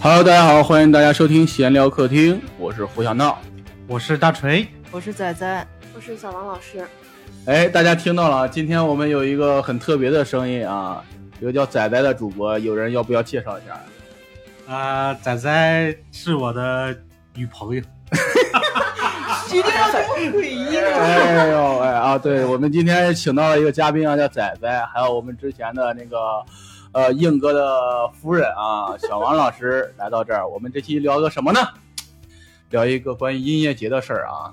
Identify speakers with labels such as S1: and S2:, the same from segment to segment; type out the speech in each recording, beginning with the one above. S1: Hello，大家好，欢迎大家收听闲聊客厅，我是胡小闹。
S2: 我是大锤，
S3: 我是仔仔，
S4: 我是小王老师，
S1: 哎，大家听到了啊，今天我们有一个很特别的声音啊，有个叫仔仔的主播，有人要不要介绍一下？
S2: 啊、仔仔是我的女朋友，
S3: 一定要给我鬼音啊！
S1: 哎呦哎啊，对我们今天请到了一个嘉宾啊，叫仔仔，还有我们之前的那个呃硬哥的夫人啊，小王老师来到这儿，我们这期聊个什么呢？聊一个关于音乐节的事儿啊，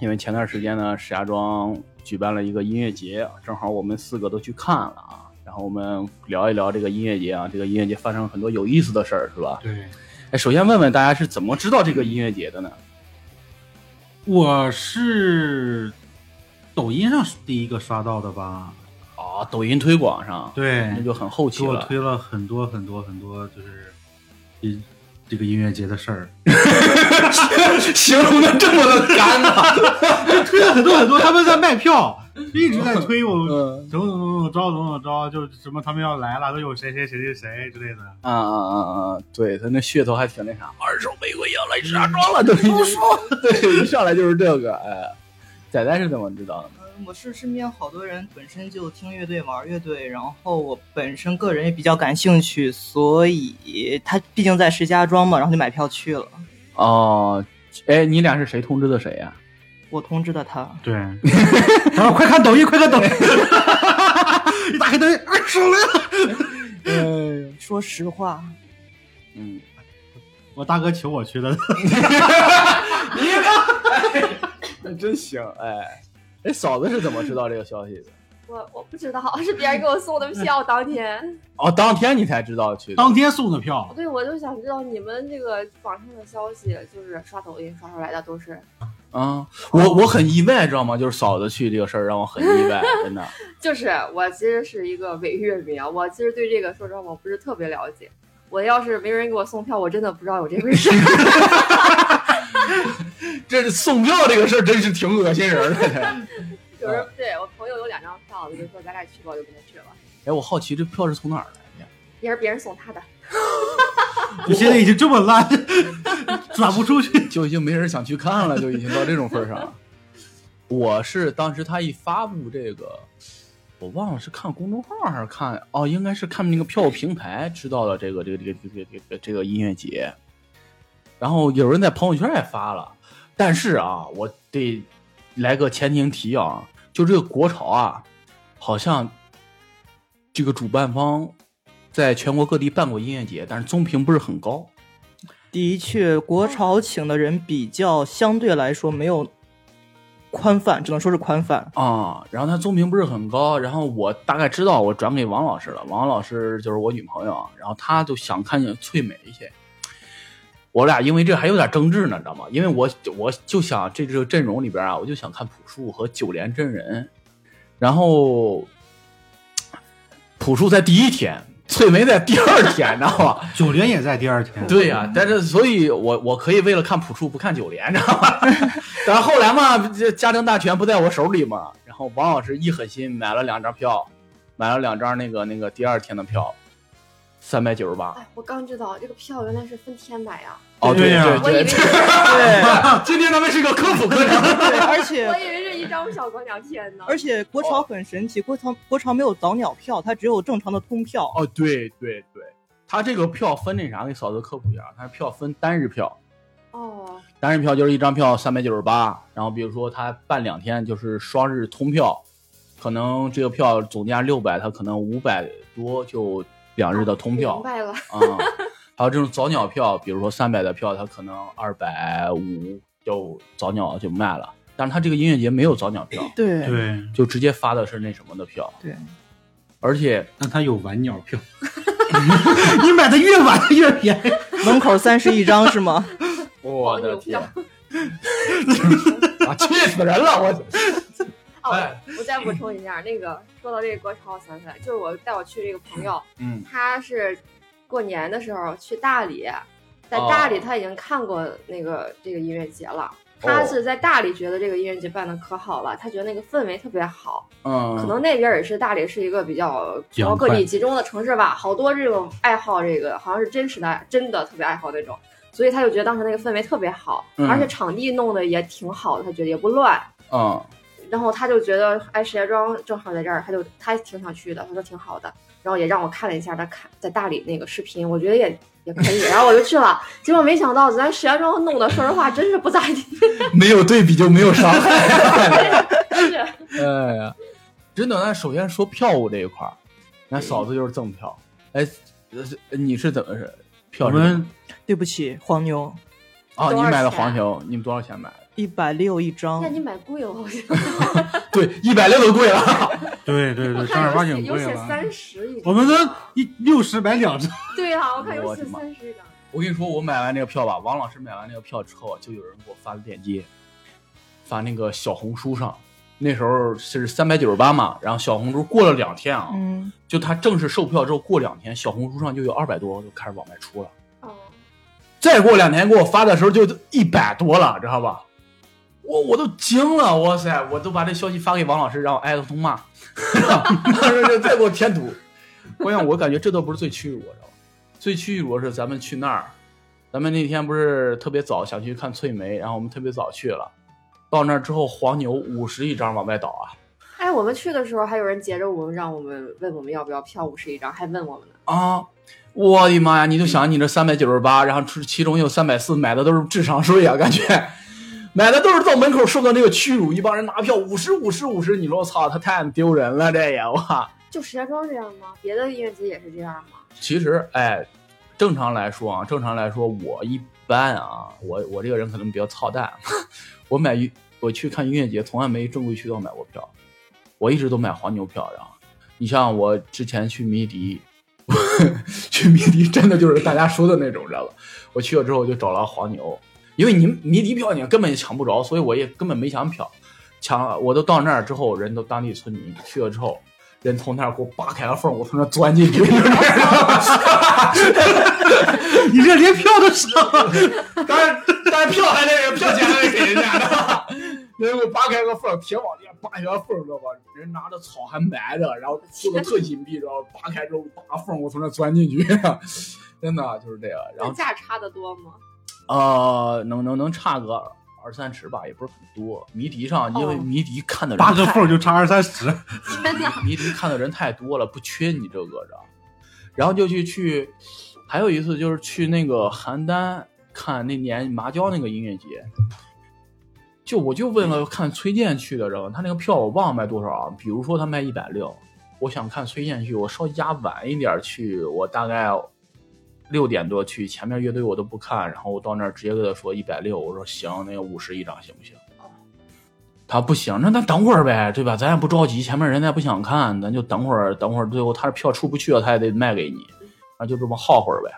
S1: 因为前段时间呢，石家庄举办了一个音乐节，正好我们四个都去看了啊，然后我们聊一聊这个音乐节啊，这个音乐节发生了很多有意思的事儿，是吧？
S2: 对，
S1: 哎，首先问问大家是怎么知道这个音乐节的呢？
S2: 我是抖音上第一个刷到的吧？
S1: 啊，抖音推广上，
S2: 对
S1: 那，就很后期
S2: 给我
S1: 了。
S2: 推了很多很多很多，就是这这个音乐节的事儿，
S1: 形容的这么的干呐、
S2: 推了很多很多，他们在卖票，一直在推我。
S1: 嗯
S2: 怎么怎么怎么着，怎么怎么着，就是什么他们要来了，都有谁谁谁谁谁之类的。
S1: 啊啊啊啊！对他那噱头还挺那啥，二手玫瑰要来石家庄了，都都说， 对，一上来就是这个。哎，仔仔是怎么知道的呢？
S3: 嗯我是身边好多人本身就听乐队、玩乐队，然后我本身个人也比较感兴趣，所以他毕竟在石家庄嘛，然后就买票去了。
S1: 哦，哎，你俩是谁通知的谁呀、
S3: 我通知的他，
S2: 对，然
S1: 啊
S2: 后快看抖音，快看抖音，一打开抖音，二手了。
S1: 嗯
S3: 说实话，
S1: 嗯，
S2: 我大哥求我去的，
S1: 那真行。哎，哎，嫂子是怎么知道这个消息的？
S4: 我我不知道 是别人给我送的票，当天，
S1: 哦，当天你才知道去的。
S2: 当天送的票。
S4: 对我就想知道你们这个网上的消息，就是刷抖音刷出来的都是，
S1: 啊，我我很意外，知道吗？就是嫂子去这个事儿让我很意 外，真的。
S4: 就是我其实是一个伪乐迷啊，我其实对这个说实话我不是特别了解，我要是没人给我送票，我真的不知道有这回事。
S1: 这是送票这个事儿真是挺恶心人的。
S4: 有人对我朋友有两张票，我就说咱俩去吧，我就跟他去了，
S1: 哎，我好奇这票是从哪儿来的呀？
S4: 也是别人送他的。
S2: 你现在已经这么烂，转不出 去。
S1: 就已经没人想去看了，就已经到这种份儿上了。 我是当时他一发布这个，我忘了是看公众号还是看哦，应该是看那个票务平台知道了这个这个这个这个这个这个音乐节，然后有人在朋友圈也发了，但是啊，我得来个前情提要啊，就这个国潮啊，好像这个主办方在全国各地办过音乐节，但是综评不是很高。
S3: 的确，国潮请的人比较相对来说没有宽泛，只能说是宽泛。
S1: 啊、然后他综评不是很高，然后我大概知道，我转给王老师了，王老师就是我女朋友，然后她就想看见翠美一些，我俩因为这还有点争执呢，你知道吗？因为我我就想这这个阵容里边啊，我就想看朴树和九连真人，然后朴树在第一天，翠梅在第二天，你知道吗？
S2: 九连也在第二天，
S1: 对呀、但是所以我，我可以为了看朴树不看九连， 知道吗？但是后来嘛，这家政大权不在我手里嘛，然后王老师一狠心买了两张票，买了两张那个那个第二天的票，三百九十八。
S4: 哎，我刚知道这个票原来是分天买啊，
S1: 哦，
S2: 对呀
S1: 对
S4: 我以
S1: 对
S4: 为
S1: 对，
S4: 是
S3: 对
S1: 今天咱们是个科普课程。
S3: 对，而且
S4: 我以为是一张票管两天呢。
S3: 而且国潮很神奇，国潮国潮没有早鸟票，它只有正常的通票。
S1: 哦，对对对，他这个票分那啥，给嫂子科普一下，他票分单日票，
S4: 哦，
S1: 单日票就是一张票三百九十八，然后比如说他办两天就是双日通票，可能这个票总价六百，他可能五百多就两日的通票
S4: 明白了。
S1: 啊、 还有这种早鸟票，比如说三百的票，他可能二百五就早鸟就卖了，但是他这个音乐节没有早鸟票，
S3: 对
S4: 哎
S2: 对，
S1: 就直接发的是那什么的票，
S3: 对，
S1: 而且
S2: 但他有晚鸟票， 你买的越晚越便宜。
S3: 门口三十一张是吗？
S1: 我的
S4: 牛
S1: 天
S4: 票
S1: 啊，气死人了！我
S4: 哦
S1: 哎，
S4: 我再补充一下，那个说到这个国潮，我想起来，就是我带我去这个朋友，
S1: 嗯
S4: 他是过年的时候去大理，在
S1: 哦
S4: 大理他已经看过那个这个音乐节了。他
S1: 哦
S4: 是在大理觉得这个音乐节办的可好了，他觉得那个氛围特别好，
S1: 嗯，
S4: 可能那边也是大理是一个比较全国
S2: 洋快
S4: 各地集中的城市吧，好多这种爱好这个好像是真实的，真的特别爱好那种，所以他就觉得当时那个氛围特别好，
S1: 嗯
S4: 而且场地弄得也挺好的，他觉得也不乱。
S1: 嗯
S4: 然后他就觉得，哎，石家庄正好在这儿，他就他挺想去的，他说挺好的，然后也让我看了一下他看在大理那个视频，我觉得也也可以，然后我就去了，结果没想到咱石家庄弄的，说实话真是不咋地，
S1: 没有对比就没有伤害。
S4: 是
S1: 哎呀，真的，那首先说票务这一块儿，那嫂子就是赠票。哎，呃你是怎么是票
S2: 我
S1: 是怎么？
S2: 们
S3: 对不起，黄牛
S1: 啊，你
S4: 多少
S1: 买了
S4: 钱
S1: 黄牛，你们多少钱买的？
S3: 一百六一张
S4: 那，你买贵了，我觉得
S1: 对，一百六都贵了。
S2: 对对
S4: 我
S2: 对，正
S4: 看
S2: 儿八
S4: 有写
S2: 经
S4: 有
S2: 贵
S4: 写
S2: 了。
S4: 三十一张，
S2: 我们都一六十买两张，
S4: 对啊，我看有
S1: 我
S4: 写
S1: 的妈
S4: 三十一张，
S1: 我跟你说，我买完那个票吧，王老师买完那个票之后，就有人给我发链接，发那个小红书上。那时候是三百九十八嘛，然后小红书过了两天啊，
S3: 嗯，
S1: 就他正式售票之后过两天，小红书上就有二百多就开始往外出了。
S4: 哦，
S1: 再过两天给我发的时候就一百多了，知道吧？我我都惊了，哇塞！我都把这消息发给王老师，让我挨个痛骂，他说这再给我添堵。关键我感觉这都不是最屈辱，我知道吧？最屈辱的是咱们去那儿，咱们那天不是特别早想去看翠梅，然后我们特别早去了，到那儿之后黄牛五十一张往外倒啊
S4: 哎，我们去的时候还有人截着我们，让我们问我们要不要票五十一张，还问我们呢，
S1: 啊！我的妈呀！你就想你这三百九十八，然后出其中有三百四买的都是智商税啊，感觉买的都是到门口受到这个屈辱，一帮人拿票五十五十五十，你说我操，他太丢人了，这也哇！
S4: 就石家庄这样吗？别的音乐节也是这样吗？
S1: 其实哎，正常来说啊，正常来说，我一般啊，我我这个人可能比较操蛋， 我买音我去看音乐节从来没正规渠道买过票，我一直都买黄牛票，然后你像我之前去迷笛， 去迷笛真的就是大家说的那种，知道吧？我去了之后就找了黄牛，因为你迷笛票你根本抢不着，所以我也根本没抢票，抢了我都到那儿之后，人都当地村民去了之后。人从那儿给我扒开了缝，我从那儿钻进去，
S2: 你这连票都少。
S1: 当然， 当然票还得票钱还得给人家的。 人给我扒开个缝儿，铁网链扒开个缝儿，知道吧？人拿着草还埋着，然后铺的特隐蔽，然后扒开之后大缝儿，我从那钻进去， 真的就是这个。然
S4: 那
S1: 后
S4: 价差的多吗？
S1: 呃，能能能差个二三十吧，也不是很多。迷笛上，因为
S4: 哦
S1: 迷笛看的人
S2: 八个
S1: 太
S2: 缝儿就差二三十，
S4: 天哪！
S1: 迷笛看的人太多了，不缺你这个，知道吗？然后就去去，还有一次就是去那个邯郸看那年麻椒那个音乐节，就我就为了看崔健去的，知道吗？他那个票我忘了卖多少啊，比如说他卖一百六，我想看崔健去，我稍压晚一点儿去，我大概六点多去，前面乐队我都不看，然后我到那儿直接跟他说一百六，我说行，那个五十一张行不行？他不行，那咱等会儿呗，对吧？咱也不着急，前面人家不想看，咱就等会儿，等会儿，最后他的票出不去了，他也得卖给你，啊，就这么耗会儿呗。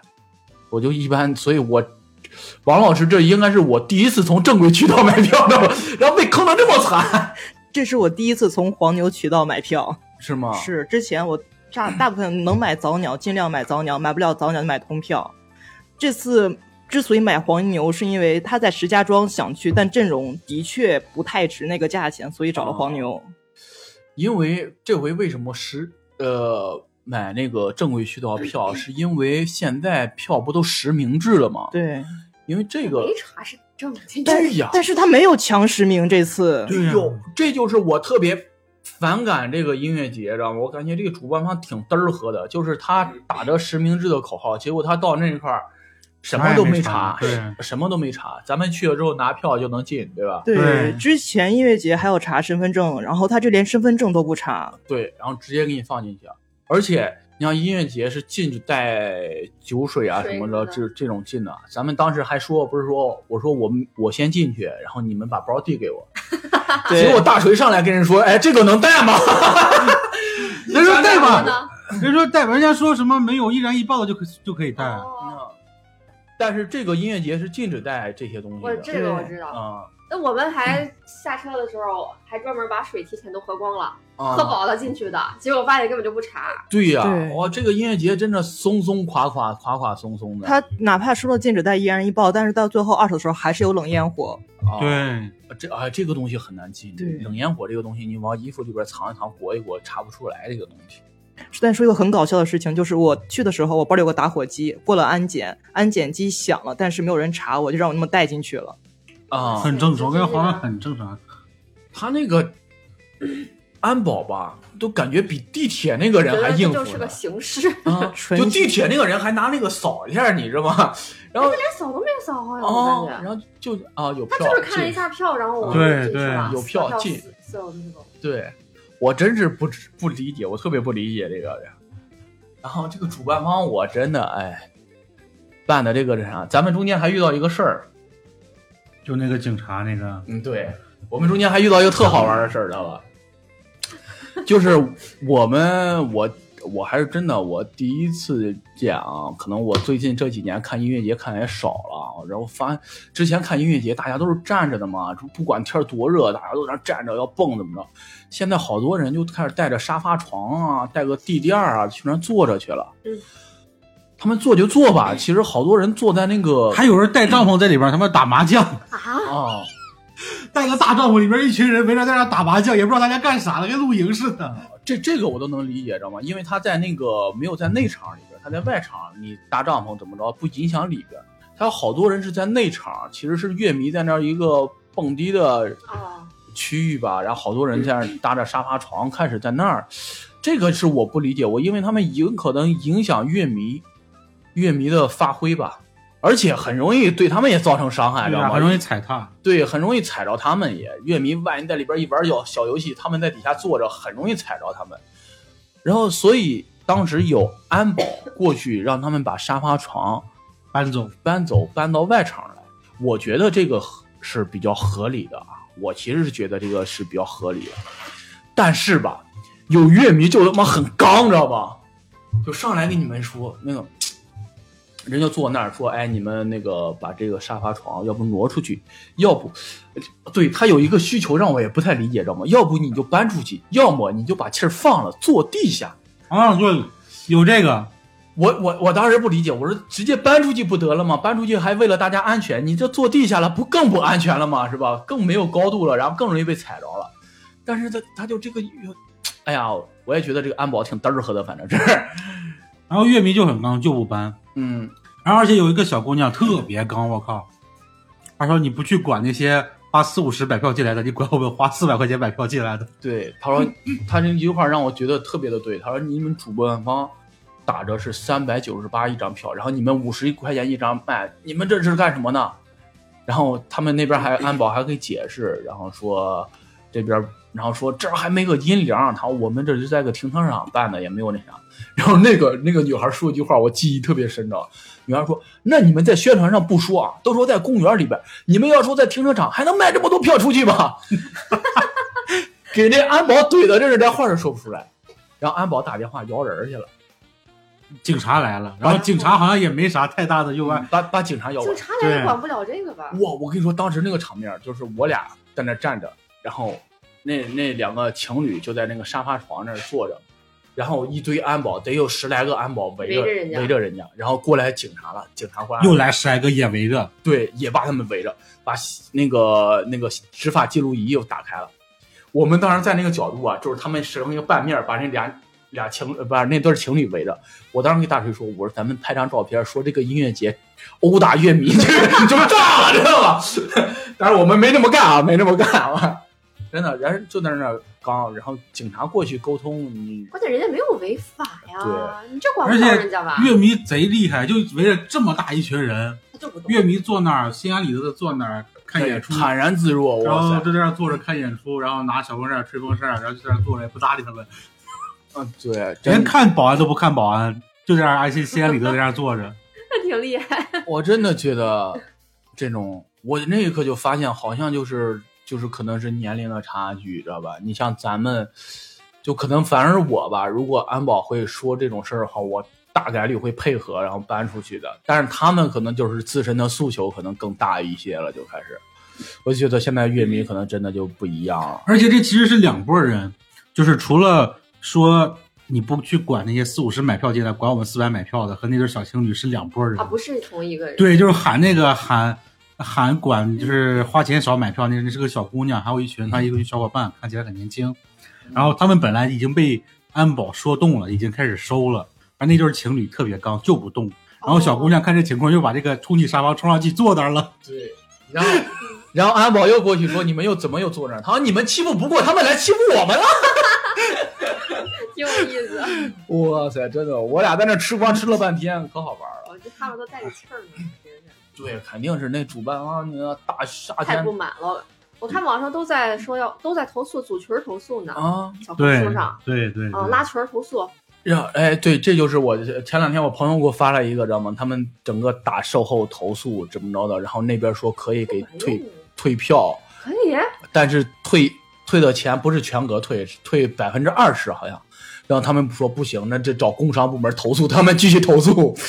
S1: 我就一般，所以我王老师这应该是我第一次从正规渠道买票的，然后被坑的这么惨，
S3: 这是我第一次从黄牛渠道买票，
S1: 是吗？
S3: 是之前我大大部分能买早鸟尽量买早鸟，买不了早鸟就买通票。这次之所以买黄牛，是因为他在石家庄想去，但阵容的确不太值那个价钱，所以找了黄牛。
S1: 因为这回为什么实呃买那个正规渠道票，是因为现在票不都实名制了吗？，
S3: 对，
S1: 因为这个
S4: 没查是正经
S1: 但
S4: 的
S1: 是，呀，
S3: 但是他没有强实名这次。
S2: 对呀
S1: 有，哎这就是我特别反感这个音乐节，知道吗？我感觉这个主办方挺嘚儿喝的，就是他打着实名制的口号，结果他到那一块儿什么都查，
S2: 啥也没查
S1: 什么都没查。咱们去了之后拿票就能进，对吧？
S3: 对，
S2: 对
S3: 之前音乐节还要查身份证，然后他这连身份证都不查。
S1: 对，然后直接给你放进去，而且。你像音乐节是禁止带酒水啊什
S4: 水
S1: 么
S4: 什
S1: 的，
S4: 么的
S1: 这这种进的。咱们当时还说，不是说我说我们我先进去，然后你们把包递给我，
S3: 对
S1: 结果大锤上来跟人说，哎，这个能带吗？
S2: 人说带
S4: 然后
S2: 吧，
S4: 呢？
S2: 人说带吧，人家说什么没有一人一报就可就可以带。
S4: 哦，
S1: 那但是这个音乐节是禁止带这些东西
S4: 我
S1: 的。
S4: 这个我知道，
S1: 啊、
S4: 那我们还下车的时候还专门把水提前都喝光了，
S1: 啊
S4: 喝饱了进去的，结果发现根本就不查。
S1: 对呀、
S3: 对
S1: 哇，这个音乐节真的松松垮垮，垮垮松松的。
S3: 他哪怕收了禁止带易燃易爆，但是到最后二手的时候还是有冷烟火。
S1: 啊，
S2: 对，
S1: 这啊这个东西很难禁，
S3: 对
S1: 冷烟火这个东西，你往衣服里边藏一藏，裹一裹，查不出来这个东西。
S3: 但说一个很搞笑的事情，就是我去的时候，我包里有个打火机，过了安检，安检机响了，但是没有人查我，就让我那么带进去了。
S1: 啊，
S2: 很正常，我跟黄上很正常。
S1: 他那个 安保吧，都感觉比地铁那个
S4: 觉
S1: 人还
S4: 得
S1: 应付
S4: 这就
S1: 呢
S4: 是个形式，连
S1: 啊，
S3: 纯
S1: 就地铁那个人还拿那个扫一下，你知道吗？然后
S4: 扫都没扫好像我
S1: 哦，然
S4: 感觉。
S1: 后就啊有票
S4: 他就是看了
S1: 进
S4: 一下票，然后我
S2: 对
S4: 们进去了，
S1: 对有
S4: 撕了
S1: 票
S4: 票
S1: 进
S4: 撕所有的那种。
S1: 对，我真是不知不理解，我特别不理解这个人。然后这个主办方，我真的哎，办的这个是啥？咱们中间还遇到一个事儿，
S2: 就那个警察那个，
S1: 嗯，对，我们中间还遇到一个特好玩的事儿，知道吧？就是我们，我我还是真的，我第一次见啊，可能我最近这几年看音乐节看的也少了，啊然后发之前看音乐节大家都是站着的嘛，就不管天儿多热，大家都在那站着要蹦怎么着。现在好多人就开始带着沙发床啊，带个地垫儿啊去那儿坐着去了。
S4: 嗯
S1: 他们坐就坐吧，其实好多人坐在那个
S2: 还有人带帐篷在里边，他妈打麻将，
S4: 啊，
S1: 啊。
S2: 带个大帐篷里边一群人围着在那打麻将，也不知道大家干啥了，跟露营似的。
S1: 这这个我都能理解，知道吗？因为他在那个没有在内场里边，他在外场，你搭帐篷怎么着不影响里边。他有好多人是在内场，其实是乐迷在那儿一个蹦迪的
S4: 啊，
S1: 区域吧，然后好多人在那儿搭着沙发床，开始在那儿，这个是我不理解，我因为他们有可能影响乐迷，乐迷的发挥吧，而且很容易对他们也造成伤害，知道吗？
S2: 哎啊很容易踩踏。
S1: 对，很容易踩着他们也。乐迷万一在里边一玩小小游戏，他们在底下坐着，很容易踩着他们。然后，所以当时有安保过去，让他们把沙发床
S2: 搬走，
S1: 搬走，搬到外场来。我觉得这个是比较合理的啊，我其实是觉得这个是比较合理的。但是吧，有乐迷就他妈很刚，知道吧？就上来跟你们说那个，人就坐那儿说，哎，你们那个把这个沙发床要不挪出去，要不，对他有一个需求让我也不太理解，知道吗？要不你就搬出去，要么你就把气儿放了，坐地下。
S2: 啊，对，有这个，
S1: 我我我当时不理解，我说直接搬出去不得了吗？搬出去还为了大家安全，你这坐地下了不更不安全了吗？是吧？更没有高度了，然后更容易被踩着了。但是他他就这个，哎呀，我也觉得这个安保挺嘚儿呵的，反正是，
S2: 然后乐迷就很刚，就不搬。
S1: 嗯，
S2: 然后而且有一个小姑娘特别刚，我靠，她说你不去管那些花四五十买票进来的，你管我们花四百块钱买票进来的。
S1: 对，他说他这一句话让我觉得特别的对，他说你们主办方打着是三百九十八一张票，然后你们五十块钱一张卖，你们这是干什么呢？然后他们那边还安保还给解释，然后说这边，然后说这儿还没个阴凉，他说我们这是在个停车场办的，也没有那啥。然后那个那个女孩说一句话，我记忆特别深着。女孩说：“那你们在宣传上不说啊，都说在公园里边，你们要说在停车场，还能卖这么多票出去吗？”给这安保怼的，真是连话都说不出来。然后安保打电话摇人儿去了，
S2: 警察来了，然后警察好像也没啥太大的
S4: 嗯
S2: 用外。
S1: 把把警察摇过来。
S4: 警察来
S2: 对
S4: 也管不了这个吧？
S1: 哇！我跟你说，当时那个场面儿就是我俩在那站着，然后那那两个情侣就在那个沙发床那儿坐着，然后一堆安保，得有十来个安保围着
S4: 围着人家
S1: 围着人家，然后过来警察了，警察过来
S2: 又来十来个也围着，
S1: 对，也把他们围着，把那个那个执法记录仪又打开了。我们当时在那个角度啊，就是他们使用一个半面儿把那俩俩情呃把那对儿情侣围着。我当时跟大锤说，我说咱们拍张照片，说这个音乐节殴打乐迷 就就炸了，知道吧？ 但是我们没那么干啊，没那么干啊， 真的，人就在那儿刚，然后警察过去沟通，你
S4: 关键人家没有违法呀，你这管不
S2: 而
S4: 了
S2: 且
S4: 人家吧？
S2: 乐迷贼厉害，就围着这么大一群人，
S4: 他就不懂。
S2: 乐迷坐那儿，心安理得的坐那儿看演出，
S1: 坦然自若，
S2: 然后
S1: 哇
S2: 就在那儿坐着看演出，然后拿小风扇、吹风扇，然后就在那儿坐着也不搭理他们，
S1: 塞，啊，对，真
S2: 连看保安都不看保安，就这样安心心安理得地在那儿坐着。
S4: 那 挺厉害。
S1: 我真的觉得，这种我那一刻就发现，好像就是就是可能是年龄的差距，知道吧？你像咱们，就可能反而我吧，如果安保会说这种事儿的话，我大概率会配合，然后搬出去的。但是他们可能就是自身的诉求可能更大一些了，就开始。我就觉得现在乐迷可能真的就不一样了。
S2: 而且这其实是两拨人，就是除了说你不去管那些四五十买票进来，管我们四百买票的和那对小情侣是两拨人。
S4: 啊，不是同一个人。
S2: 对，就是喊那个喊喊管，就是花钱少买票那那是个小姑娘，还有一群她一个小伙伴，看起来很年轻。然后他们本来已经被安保说动了，已经开始收了，而那对情侣特别刚，就不动。然后小姑娘看这情况，又把这个充气沙发冲上去坐那儿了。
S1: 对，然后然后安保又过去说：“你们又怎么又坐那儿？”他说：“你们欺负不过，他们来欺负我们了。
S4: 挺有意思，”啊
S1: 哇塞，真的，我俩在那吃瓜吃了半天，可好玩了。
S4: 我这他们都带着气儿呢，真是
S1: 对，肯定是那主办方那大夏
S4: 太
S1: 天
S4: 不满了。我看网上都在说要都在投诉组群儿投诉呢，
S1: 啊，
S4: 小红
S2: 对
S4: 书上
S2: 对对
S4: 啊
S2: 对，
S4: 拉群儿投诉，
S1: 让哎，对，这就是我前两天我朋友给我发了一个，知道吗？他们整个打售后投诉怎么着的，然后那边说可以给
S4: 哎呦
S1: 退退票，
S4: 可以哎
S1: 但是退退的钱不是全额退，是退百分之二十好像。然后他们说不行，那这找工商部门投诉，他们继续投诉。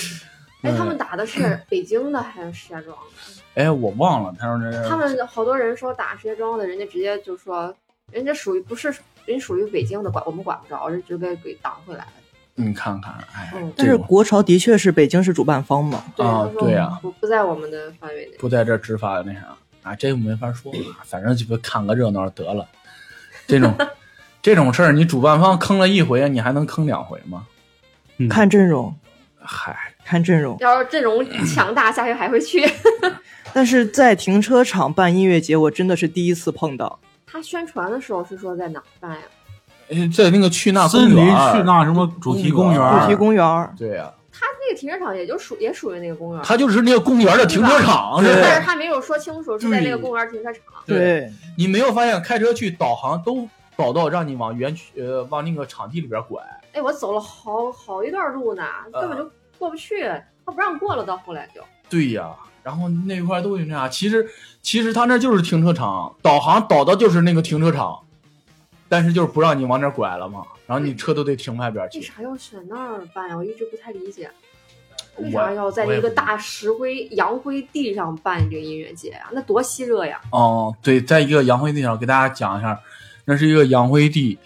S4: 哎，他们打的是北京的还是石家庄的？
S1: 哎，我忘了，他说那
S4: 他们好多人说打石家庄的，人家直接就说，人家属于不是，人家属于北京的，管我们管不着，人直接给挡回来了。
S1: 你看看，哎，
S4: 嗯，
S3: 但
S1: 这
S3: 是
S1: 种
S3: 国潮的确是北京是主办方嘛，
S4: 对，
S1: 啊
S4: 他说
S1: 对啊
S4: 不不在我们的范围内。
S1: 不在这儿执法的那啥啊，这没法说了，反正就看个热闹得了。这 种这种事儿，你主办方坑了一回，你还能坑两回吗？
S2: 嗯
S3: 看阵容，
S1: 嗨，
S3: 看阵容。
S4: 要是阵容强大，下回还会去。
S3: 但是在停车场办音乐节，我真的是第一次碰到。
S4: 他宣传的时候是说在哪儿办呀？
S1: 哎在那个去那
S2: 森
S1: 公
S2: 林
S1: 园儿
S2: 去那什么主题公园
S1: 公
S2: 儿，
S1: 园
S3: 啊主题公园儿，
S1: 对呀、
S4: 他那个停车场也就属也属于那个公园，
S1: 它就是那个公园的停车 场，是不
S4: 但
S1: 是？
S4: 是他没有说清楚是在那个
S1: 对
S4: 公园停车场。
S3: 对，
S1: 你没有发现开车去导航都导到让你往园区呃往那个场地里边拐，
S4: 哎，我走了好好一段路呢，
S2: 啊
S4: 根本就过不去，他不让过了。到后来就
S1: 对呀、然后那块儿都有那啥，其实其实他那就是停车场，导航导的就是那个停车场，但是就是不让你往那儿拐了嘛，然后你车都得停外边
S4: 为
S3: 嗯
S1: 去。
S4: 啥要选那儿办呀？我一直不太理解，
S1: 我
S4: 为啥要在
S1: 我也
S4: 那
S1: 不
S4: 个
S1: 知道
S4: 大石灰洋灰地上办这个音乐节啊？那多吸热呀！
S1: 哦，对，在一个洋灰地上给大家讲一下，那是一个洋灰地，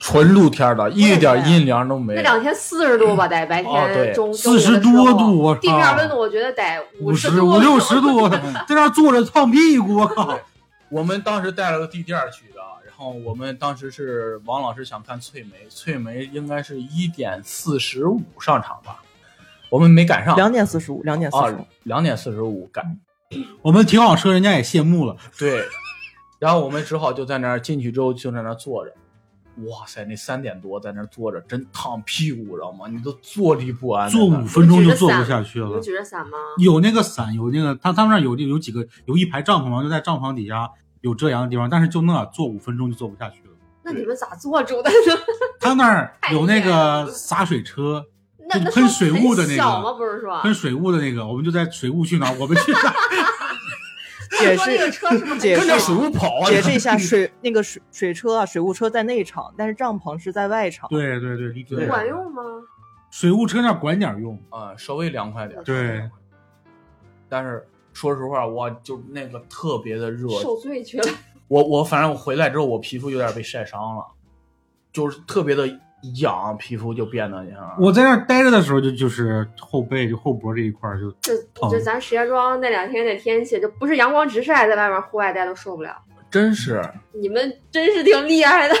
S1: 纯露天的，一点阴凉都没
S4: 那
S1: 有。
S4: 两天四十度吧，得白
S1: 哦对
S4: 天中
S2: 40多度我靠
S4: 地面温度我觉得得
S2: 五
S4: 十
S2: 十五六十度，
S4: 度。
S2: 在那儿坐着烫屁股，啊我靠！
S1: 我们当时带了个地垫儿去的，然后我们当时是王老师想看翠梅，翠梅应该是一点四十五上场吧，我们没赶上，
S3: 两点四十五，两点四十
S1: 啊
S3: 五，，
S1: 两点四十五赶，
S2: 我们停好车，人家也谢幕了。
S1: 对，然后我们只好就在那儿进去之后就在那儿坐着，哇塞，那三点多在那儿坐着真烫屁股，知道吗？你都坐立不
S3: 啊
S1: 安在
S2: 坐
S1: 那儿，
S2: 五分钟就坐不下去
S4: 你
S2: 了
S4: 们。举着伞吗？
S2: 有那个伞，有那个他他们那儿有有几个有一排帐篷嘛，就在帐篷底下有遮阳的地方，但是就那坐五分钟就坐不下去了。
S4: 那你们咋坐住的呢？
S2: 他那儿有那
S4: 太厉害
S2: 个
S4: 了
S2: 洒水车，
S4: 那那
S2: 就喷水雾的那个
S4: 很小吗？不是说，
S2: 喷水雾的那个，我们就在水雾去哪儿，我们去 哪儿。
S3: 解
S4: 说那个
S3: 释
S4: 车是不是很
S3: 解
S1: 跟
S3: 释
S1: 着
S4: 小
S1: 水屋跑啊，
S3: 解释一下，水那个水水车啊，水务车在内场，但是帐篷是在外场。
S2: 对对对，离题
S1: 对
S2: 了
S4: 管用吗？
S2: 水雾车那儿管点儿用，
S1: 啊、稍微凉快点儿，
S2: 对，
S1: 但是说实话，我就那个特别的热，
S4: 受罪去了。
S1: 我我反正我回来之后，我皮肤有点被晒伤了，就是特别的痒，皮肤就变得那样。
S2: 我在那儿待着的时候就就是后背就后脖这一块儿就
S4: 这
S2: 疼
S4: 这咱石家庄那两天那天气，这不是阳光直晒，在外面户外待都受不了。
S1: 真是
S4: 你们真是挺厉害的，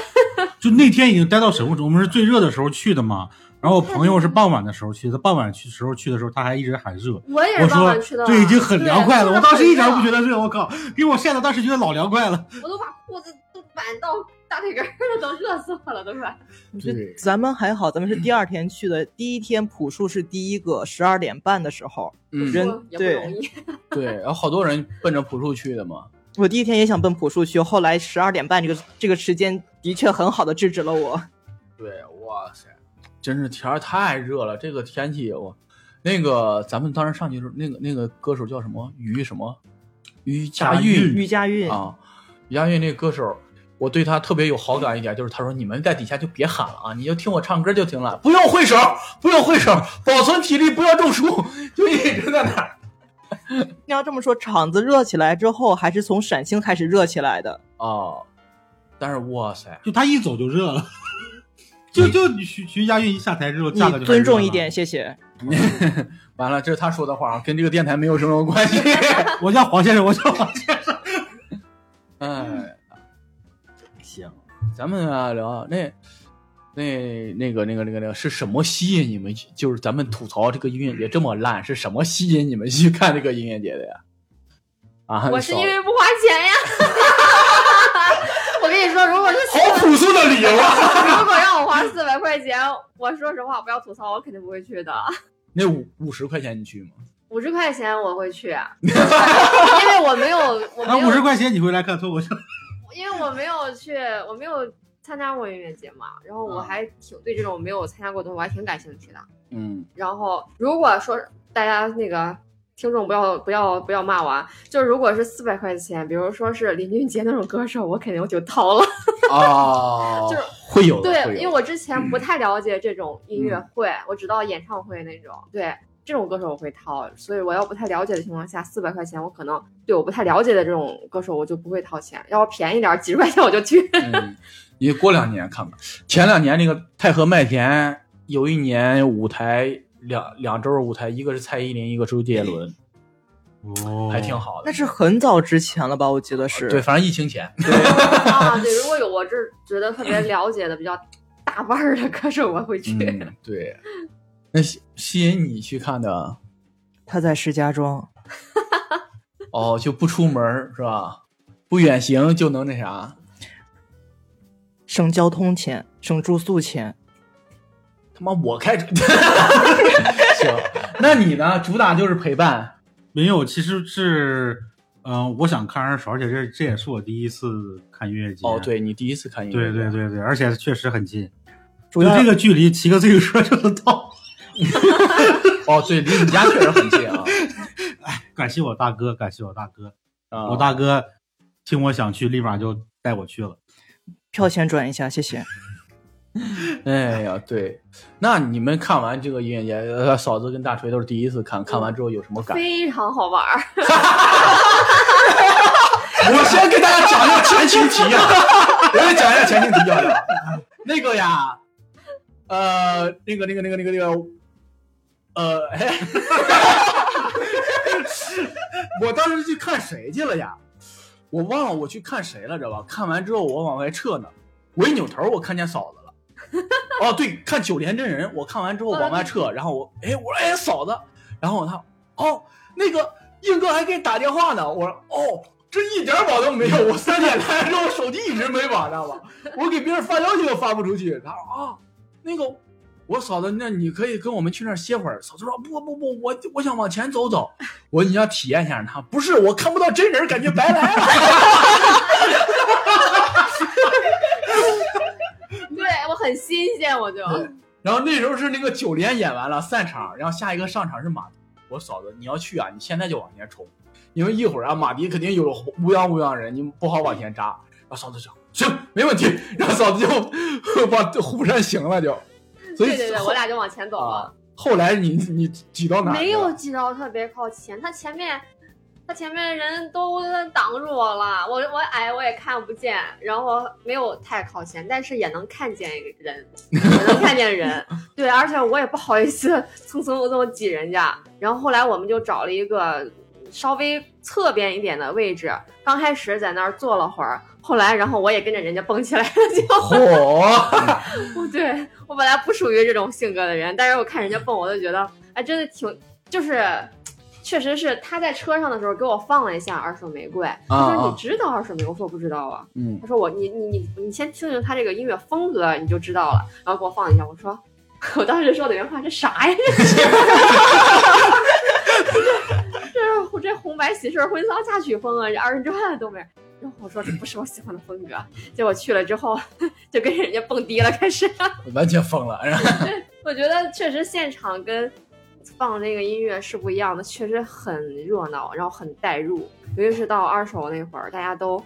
S2: 就那天已经待到神户，我们是最热的时候去的嘛。然后我朋友是傍晚的时候去的，他傍晚去时候去的时候，他还一直喊热。
S4: 我也
S2: 我
S4: 是傍
S2: 说
S4: 晚去的，
S2: 这已经很凉快了，我当时一点不觉
S4: 得，
S2: 得热，我靠，给我晒的当时觉得老凉快了。
S4: 我都把裤子都挽到大腿根儿了，都热死我了，都快。
S3: 就
S1: 对
S3: 咱们还好，咱们是第二天去的，第一天朴树是第一个，十二点半的时候，
S1: 嗯
S3: 人
S4: 说也不容易。
S1: 对，然后好多人奔着朴树去的嘛。
S3: 我第一天也想奔朴树去，后来十二点半这个这个时间的确很好的制止 了我。
S1: 对，哇塞，真是天儿太热了，这个天气我，那个咱们当时上去的时候，那个那个歌手叫什么？于什么？于佳韵
S3: 于佳韵，
S1: 啊，于佳韵那个歌手。我对他特别有好感一点，就是他说你们在底下就别喊了啊，你就听我唱歌就行了，不用挥手，不用挥手，保存体力，不要中暑，就一直在那儿
S3: 那要这么说，场子热起来之后，还是从陕青开始热起来的。
S1: 哦，但是哇塞，
S2: 就他一走就热了，就就徐徐佳韵一下台之后，
S3: 你
S2: 价格就
S3: 尊重一点，。谢谢。
S1: 完了，这是他说的话，啊跟这个电台没有什么关系。
S2: 我叫黄先生，我叫黄先生。
S1: 哎，
S2: 行，
S1: 咱们啊聊那那那个那个那个那个是什么吸引你们去？就是咱们吐槽这个音乐节这么烂，是什么吸引你们去看这个音乐节的呀？啊，
S4: 我是
S1: 少
S4: 因为不花钱 呀。我跟你说，如果是
S1: 好朴素的理 由啊！
S4: 如果让我花四百块钱，我说实话，不要吐槽，我肯定不会去的。
S1: 那五五十块钱你去吗？
S4: 五十块钱我会去，啊 因为我没有，我
S2: 那
S4: 没
S2: 啊五十
S4: 有，
S2: 块钱你会来看脱口秀？
S4: 因为我没有去，我没有参加过音乐节嘛。然后我
S2: 嗯
S4: 还挺对这种没有参加过的东西，我还挺感兴趣的。
S1: 嗯，
S4: 然后如果说大家那个听众不要不要不要骂我，啊，就是如果是四百块钱，比如说是林俊杰那种歌手，我肯定就掏了。
S1: 哦，
S4: 就是
S1: 会有的，
S4: 对，
S1: 会有
S4: 因
S1: 的
S4: 为我之前不太了解这种音乐会，我只到演唱会那种。对，这种歌手我会掏，所以我要不太了解的情况下，四百块钱我可能对我不太了解的这种歌手我就不会掏钱，要便宜点儿几十块钱我就去。
S1: 嗯，你过两年看吧。前两年那个太和麦田有一年舞台两两周舞台，一个是蔡依林，一个周杰伦，
S2: 哦
S1: 还挺。好的。
S3: 那是很早之前了吧？我记得是。
S1: 对，反正疫情前，
S4: 啊，对，如果有我这觉得特别了解的比较大腕儿的歌手，我会去。
S1: 嗯，对。那吸吸引你去看的
S3: 他在石家庄，
S1: 哦，就不出门儿是吧？不远行就能那啥。
S3: 省交通钱，省住宿钱。
S1: 他妈我开车， 行。那你呢？主打就是陪伴。
S2: 没有，其实是，嗯、我想看二手，而且这这也是我第一次看音乐节。
S1: 哦，，对你第一次看音乐
S2: 对
S1: 节，
S2: 对对对，而且确实很近，
S3: 主
S2: 就
S3: 要
S2: 这个距离骑个自行车就能到。
S1: 哦，对，离你家确实很近 啊。
S2: 感谢我大哥，感谢我大哥，
S1: 啊
S2: 我大哥听我想去，立马就带我去了。
S3: 票钱转一下，谢谢。
S1: 哎呀，对，那你们看完这个音乐节，呃嫂子跟大锤都是第一次看，看完之后有什么感？
S4: 非常好玩儿，
S1: 我先给大家讲一下前情提要，我也讲一下前情提要啊呀。 那个呀，呃，那个那个那个那个那个，呃， 哎、我当时去看谁去了呀？我忘了我去看谁了，知道吧？看完之后我往外撤呢，我一扭头我看见嫂子了。哦，对，看九连真人，我看完之后往外撤，然后我哎我说哎嫂子，然后他哦那个硬哥还给你打电话呢，我说哦。这一点网都没有，我三点来的时候手机一直没网，知道吧？我给别人发消息都发不出去。然后啊，那个我嫂子，那你可以跟我们去那儿歇会儿。嫂子说不不不，我我想往前走走。我说你要体验一下他，不是我看不到真人，感觉白来了。
S4: 对我很新鲜，我就
S1: 然后那时候是那个九连演完了散场，然后下一个上场是马迪。我嫂子，你要去啊，你现在就往前冲，因为一会儿啊马迪肯定有乌泱乌泱人，你不好往前扎。然后嫂子就行，没问题。然后嫂子就 往虎山行了就。所以
S4: 对对对，
S1: 后
S4: 我俩就往前走了。
S1: 啊。后来你你挤到哪儿去了？
S4: 没有挤到特别靠前，他前面他前面人都挡住我了，我我矮我也看不见，然后没有太靠前，但是也能看见人，也能看见 人。对，而且我也不好意思蹭蹭蹭蹭挤人家。然后后来我们就找了一个稍微侧边一点的位置，刚开始在那儿坐了会儿。后来，然后我也跟着人家蹦起来了，就
S1: 嚯！
S4: 不 对我本来不属于这种性格的人，但是我看人家蹦，我就觉得，哎，真的挺，就是，确实是他在车上的时候给我放了一下二手玫瑰，他说
S1: 啊
S4: 你知道二手玫瑰，我说我不知道啊，
S1: 嗯，
S4: 他说我你你你你先听听他这个音乐风格你就知道了，然后给我放了一下，我说。 我当时说的原话，这啥呀？ 这是这是这红白喜事儿婚丧嫁娶风啊，这二人转都没有。然后我说这不是我喜欢的风格，结果去了之后 就跟人家蹦迪了，开始。
S1: 完全疯了。 然后
S4: 我觉得确实现场跟放那个音乐是不一样的，确实很热闹，然后很带入。尤其是到二手那会儿，大家都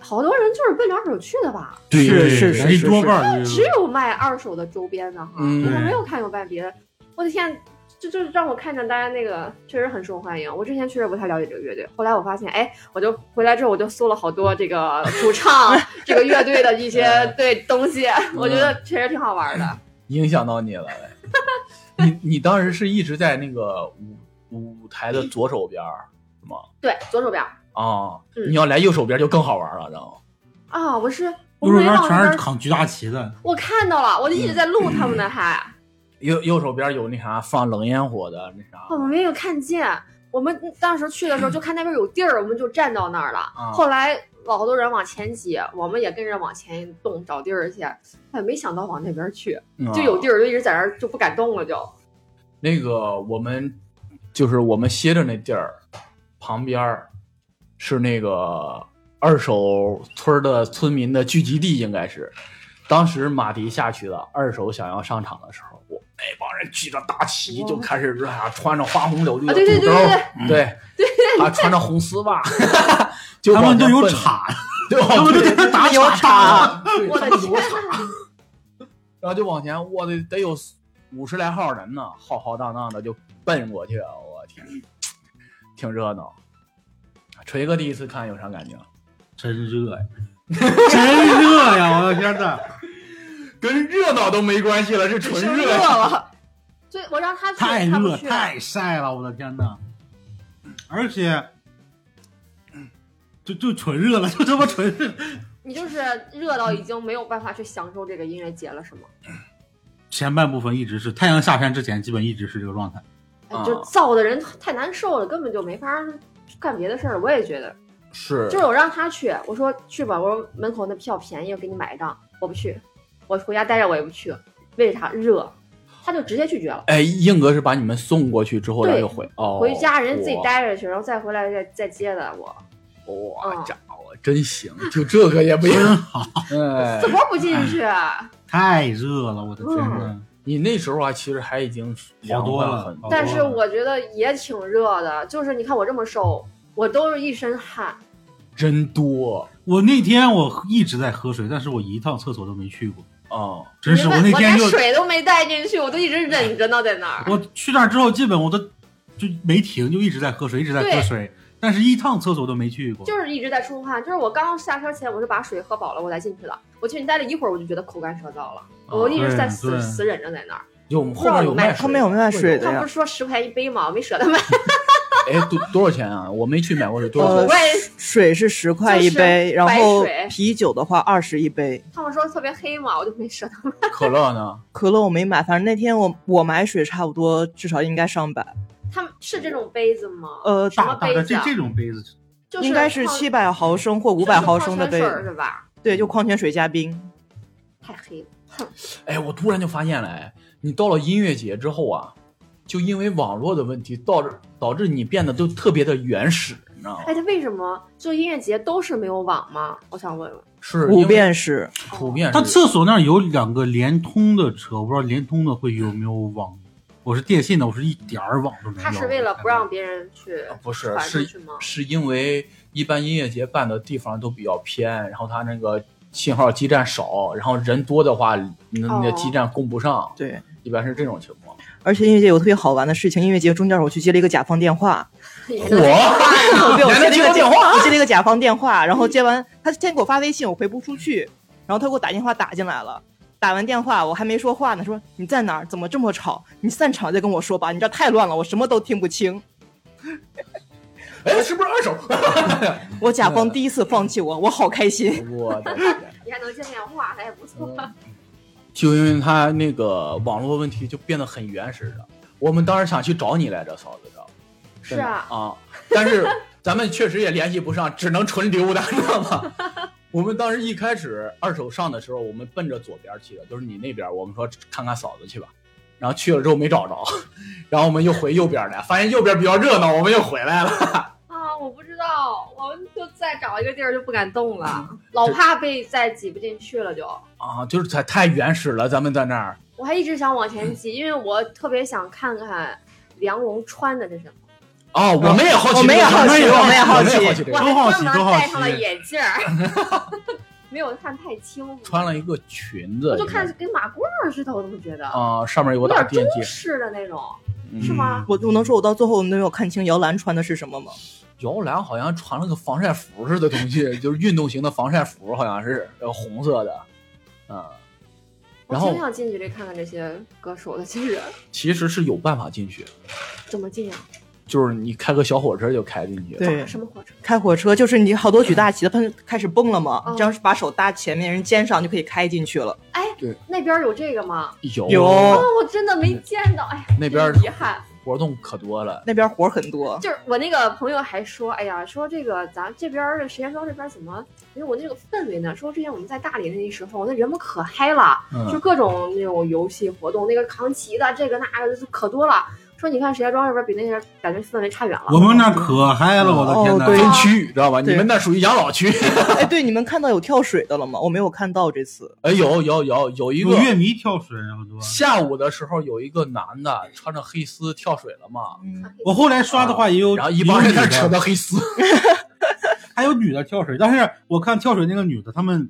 S4: 好多人就是奔着二手去的吧，
S2: 对
S3: 是是是
S2: 一
S3: 是
S2: 多半儿就
S4: 只有卖二手的周边的哈，
S1: 嗯
S4: 我没有看有卖别的。我的天，这就是让我看着大家那个确实很受欢迎。我之前确实不太了解这个乐队，后来我发现，哎，我就回来之后我就搜了好多这个主唱这个乐队的一些对东西，我觉得确实挺好玩的。
S1: 影响到你了呗。你你当时是一直在那个舞舞台的左手边儿是吗？
S4: 对，左手边
S1: 啊，
S4: 嗯
S1: 你要来右手边就更好玩了，然后
S4: 啊，我是我
S2: 右
S4: 们
S2: 手
S4: 围
S2: 边
S4: 绕那
S2: 全
S4: 边
S2: 是嗯扛巨大旗的，
S4: 我看到了，我就一直在录他们的还，
S1: 右右手边有那啥放冷烟火的那啥，
S4: 哦我们没有看见。我们当时去的时候就看那边有地儿，我们就站到那儿了。
S1: 啊
S4: 后来老多人往前挤，我们也跟着往前动找地儿去，哎，没想到往那边
S2: 啊
S4: 去，
S1: 嗯
S4: 就有地儿就一直在那儿就不敢动了就，
S1: 那个我们就是我们歇着那地儿旁边儿是那个二手村儿的村民的聚集地，应该是。当时马迪下去了，二手想要上场的时候，我那帮人举着大旗就开始啊，穿着花红柳绿的
S4: 哦啊对对
S1: 肚兜
S4: 对
S1: 儿，对对啊，穿着红丝 袜，就
S2: 他
S1: 往
S2: 们
S1: 前
S2: 都有
S1: 奔，
S2: 铲，
S1: 对，
S2: 他们都在那打铲，啊
S1: 对
S4: 我的
S1: 他们
S4: 天
S1: 有场然后就往前，我得得有五十来号人呢，浩浩荡荡的就奔过去，啊我天，挺热闹。锤哥第一次看有啥感觉？
S2: 真热呀，真热呀！我的天呐，
S1: 跟热闹都没关系了，是纯
S4: 热了。所以我让他去，
S2: 太
S4: 他不
S2: 热
S4: 去。
S2: 太晒了，我的天呐，而且就就纯热了，就 这么纯热，
S4: 你就是热到已经没有办法去享受这个音乐节了，是吗？
S2: 前半部分一直是太阳下山之前，基本一直是这个状态。
S4: 哎
S1: 啊
S4: 就燥的人太难受了，根本就没法干别的事儿。我也觉得，
S1: 是
S4: 就是我让他去，我说去吧，我说门口那票便宜，我给你买一张。我不去，我回家待着我也不去，为啥热？他就直接拒绝了。
S1: 哎，硬哥是把你们送过去之后，
S4: 对
S1: 然后又回哦，
S4: 回家人自己
S1: 哇。
S4: 待着去，然后再回来再再接的我，
S1: 哇
S4: 嗯，
S1: 家伙真行，就这个也不行。 哎
S4: 怎，么不进去？
S2: 太热了，我的天
S4: 嗯
S2: 呐！
S1: 你那时候啊，其实还已经凉快很
S2: 好多了哦
S4: 但是我觉得也挺热的，就是你看我这么瘦，我都是一身汗。
S1: 真多
S2: 我那天我一直在喝水，但是我一趟厕所都没去过，
S1: 啊！
S2: 真是
S4: 你
S2: 我
S4: 问
S2: 那天
S4: 连
S2: 就
S4: 水都没带进去，我都一直忍着呢，在那儿。
S2: 我去那儿之后，基本我都就没停，就一直在喝水，一直在喝
S4: 对
S2: 水，但是一趟厕所都没去过。
S4: 就是一直在出汗，就是我刚下车前，我是把水喝饱了，我才进去的。我进去待了一会儿，我就觉得口干舌燥了，我一直在死、
S2: 哦对对
S4: 死忍着在那儿。
S1: 有后面有卖水，
S4: 他
S3: 们有卖水的
S4: 他们不是说十块钱一杯吗？我没舍得买，
S1: 哎，多多少钱啊？我没去买过水，多少
S4: 我
S1: 钱
S3: 呃
S4: 也？
S3: 水是十块
S4: 就是
S3: 一杯，然
S4: 白
S3: 后
S4: 水
S3: 啤酒的话二十一杯，
S4: 他们说特别黑嘛，我就没舍得买。
S1: 可乐呢？
S3: 可乐我没买，反正那天我我买水差不多至少应该上百，
S4: 他们是这种杯子吗？
S3: 呃
S4: 什
S2: 大
S4: 么
S2: 大
S4: 杯
S2: 的
S4: 子
S2: 这
S4: 啊？
S2: 这种杯子，
S4: 就是
S3: 应该是
S4: 矿
S3: 七百毫升或五百毫升的杯
S4: 就是，矿泉水是吧？
S3: 对，就矿泉水加冰。
S4: 太黑了，
S1: 哎，我突然就发现了，哎，你到了音乐节之后啊，就因为网络的问题，导致导致你变得都特别的原始，你知道吗？
S4: 哎，他为什么就音乐节都是没有网吗？我想问问。
S1: 是
S3: 普
S1: 因为
S3: 遍是，
S1: 普遍是，
S2: 他厕所那儿有两个联通的车，我不知道联通的会有没有网。我是电信的，我是一点儿网都没有。嗯
S4: 他是为了不让别人去
S1: 呃不是
S4: 传出
S1: 是
S4: 去吗？
S1: 是因为一般音乐节办的地方都比较偏，然后他那个信号基站少，然后人多的话，那那
S4: 哦
S1: 基站供不上，
S3: 对。
S1: 一般是这种情况。
S3: 而且音乐节有特别好玩的事情，音乐节中间我去接了一个甲方电 话，
S1: 我
S3: 对，我
S1: 还能
S3: 接了一
S1: 接
S3: 个
S1: 到电
S3: 话，我接了一个甲方电话，然后接完他先给我发微信，我回不出去，然后他给我打电话打进来了。打完电话，我还没说话呢，说你在哪儿？怎么这么吵？你散场再跟我说吧，你这儿太乱了，我什么都听不清。
S1: 哎，是不是二手？
S3: 我甲
S1: 嗯
S3: 方第一次放弃我，我好开心。
S1: 我的天！
S4: 你还能接电话，那也不
S3: 嗯
S4: 错。
S1: 就因为他那个网络问题就变得很原始了。我们当时想去找你来着，嫂子，知道吗
S4: 是啊，
S1: 啊，但是咱们确实也联系不上，只能纯溜达，知道 吗？我们当时一开始二手上的时候，我们奔着左边去的，就是你那边。我们说看看嫂子去吧，然后去了之后没找着， 然后我们又回右边来，发现右边比较热闹，我们又回来了。
S4: 啊，我不知道，我们就再找一个地儿就不敢动了，
S3: 嗯
S4: 老怕被再挤不进去了就。
S1: 啊，就是太太原始了，咱们在那儿
S4: 我还一直想往前挤，因为我特别想看看梁龙穿的是什么。
S1: 哦，我们也好奇，
S3: 我们也好奇
S1: 我
S3: 我们也好奇
S1: 我们也好奇这个。
S4: 我还
S2: 多好
S4: 专
S2: 奇
S4: 门
S2: 多好
S4: 戴上了
S2: 奇
S4: 眼镜儿， 没有看太清。
S1: 穿了一，个裙子，
S4: 我就看跟马褂儿似的，我怎么觉得
S1: 啊、上面有
S4: 有
S1: 个大
S4: 点
S1: 电
S4: 中
S1: 梯，嗯
S4: 式的那种。是吗？
S3: 我我能说我到最后没有看清摇篮穿的是什么吗？
S1: 摇篮好像穿了个防晒服似的东西， 就是运动型的防晒服，好像是呃红色的，嗯，
S4: 我
S1: 然后
S4: 挺想近距离看看这些歌手的，其实
S1: 其实是有办法进去，
S4: 怎么进呀？啊
S1: 就是你开个小火车就开进去。
S3: 对
S4: 什么火车？
S3: 开火车就是你好多举大旗的，它开始蹦了嘛，
S4: 嗯
S3: 这样是把手搭前面人肩上就可以开进去了。
S4: 哎
S1: 对，
S4: 那边有这个吗？
S1: 有
S4: 哦
S3: 有，
S4: 我真的没见到，哎呀，
S1: 那边
S4: 真遗憾。
S1: 活动可多了，
S3: 那边活儿很多，
S4: 就是我那个朋友还说，哎呀，说这个咱这边儿的石家庄这边儿怎么没有我那个氛围呢？说之前我们在大理那时候，那人们可嗨了，就
S1: 嗯，
S4: 各种那种游戏活动，那个扛旗的，这个那个的就可多了。说你看石家庄这边比那边感觉氛围差远了。
S2: 我们那可嗨了，我的天哪！
S3: 哦对
S1: 分区域知道吧？你
S3: 对
S1: 们那属于养老区。
S3: 哎，对，你们看到有跳水的了吗？我没有看到这次。
S1: 哎，有有有有一
S2: 有
S1: 个
S2: 乐迷跳水，啊然后多。
S1: 下午的时候，有一个男的穿着黑丝跳水了嘛，
S4: 啊
S3: 嗯，
S2: 我后来刷的话也有，
S1: 然后一帮人在那扯
S2: 的，
S1: 到黑丝，
S2: 还有女的跳水，但是我看跳水那个女的，他们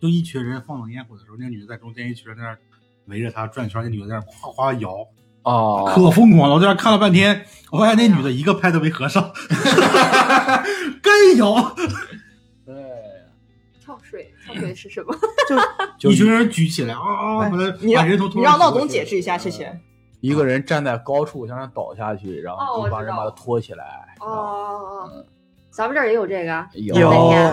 S2: 就一群人放冷烟火的时候，那个女的在中间，一群人在那儿围着她转一圈，那女的在那儿夸夸摇，
S1: 哦，
S2: 可疯狂了。我在那儿看了半天，我发现那女的一个拍都没 合上， 跟摇，
S1: 对，
S4: 跳水，跳水是什么？
S1: 就
S2: 一群人举起来啊，
S3: 哎
S2: 把她
S3: 你
S2: 把
S3: 让
S2: 人头
S3: 你
S2: 拖
S3: 让
S2: 上
S3: 闹
S2: 去
S3: 总解释一下，谢谢。
S1: 一个人站在高处向上倒下去，然
S4: 哦
S1: 后
S4: 我
S1: 一帮人
S4: 知
S1: 把
S4: 道
S1: 他拖起来。
S4: 哦 哦哦，咱们这儿也有这个，啊
S1: 有
S3: 有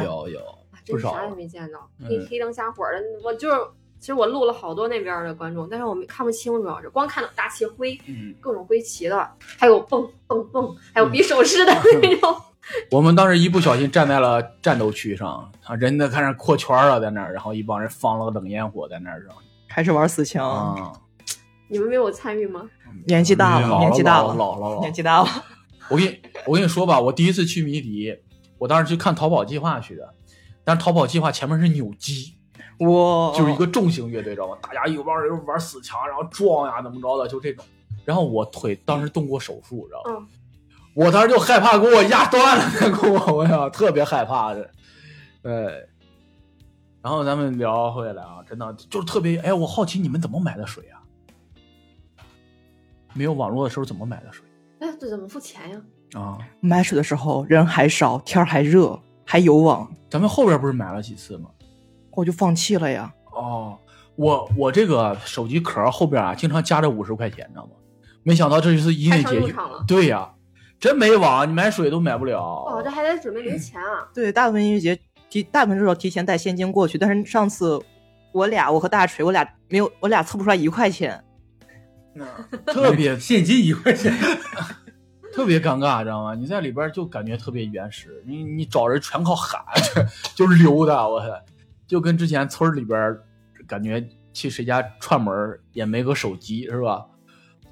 S1: 有有，
S4: 真
S1: 不
S4: 是
S1: 少
S4: 啥也没见到，
S1: 嗯
S4: 黑黑灯瞎火的。我就是，其实我录了好多那边儿的观众，但是我没看不清，主要是光看到大旗挥，
S1: 嗯，
S4: 各种归齐的，还有蹦蹦蹦，还有比手势的那种。
S1: 我们当时一不小心站在了战斗区上，啊，人家开始扩圈了，在那儿，然后一帮人放了个冷烟火在那儿扔
S3: 还是玩死枪，
S1: 啊，
S4: 你们没有参与吗？
S3: 年纪大了，
S1: 老
S3: 年纪大
S1: 老
S3: 了，
S1: 老老
S3: 年纪大了。
S1: 我跟你我跟你说吧，我第一次去迷笛，我当时去看逃跑计划去的，但是逃跑计划前面是扭机，
S3: 我
S1: 就是一个重型乐队，知道吗？大家有帮人玩死墙，然后撞呀，怎么着的，就这种。然后我腿当时动过手术，知道吗？我当时就害怕，给我压断了， 给我，我呀，特别害怕的。对。然后咱们聊回来啊，真的就是特别，哎，我好奇你们怎么买的水啊？没有网络的时候怎么买的水
S4: 哎，这怎么付钱呀？
S1: 啊？
S3: 买水的时候人还少，天儿还热，还有网，
S1: 咱们后边不是买了几次吗？
S3: 我就放弃了呀。
S1: 哦，我我这个手机壳后边啊，经常夹着五十块钱，你知道吗？没想到这就是音乐
S4: 开上
S1: 节
S4: 入
S1: 有
S4: 场了。
S1: 对呀、真没网，你买水都买不
S4: 哦，
S1: 了
S4: 这。还得准备零钱啊！
S3: 对，大部分音乐节提，大部分都要提前带现金过去，但是上次我俩，我和大锤，我俩没有，我俩凑不出来一块钱。
S1: 特别
S2: 现金一块钱，
S1: 特别尴尬，知道吗？你在里边就感觉特别原始，你你找人全靠喊， 就就是溜达，我操，就跟之前村里边感觉去谁家串门儿也没个手机是吧？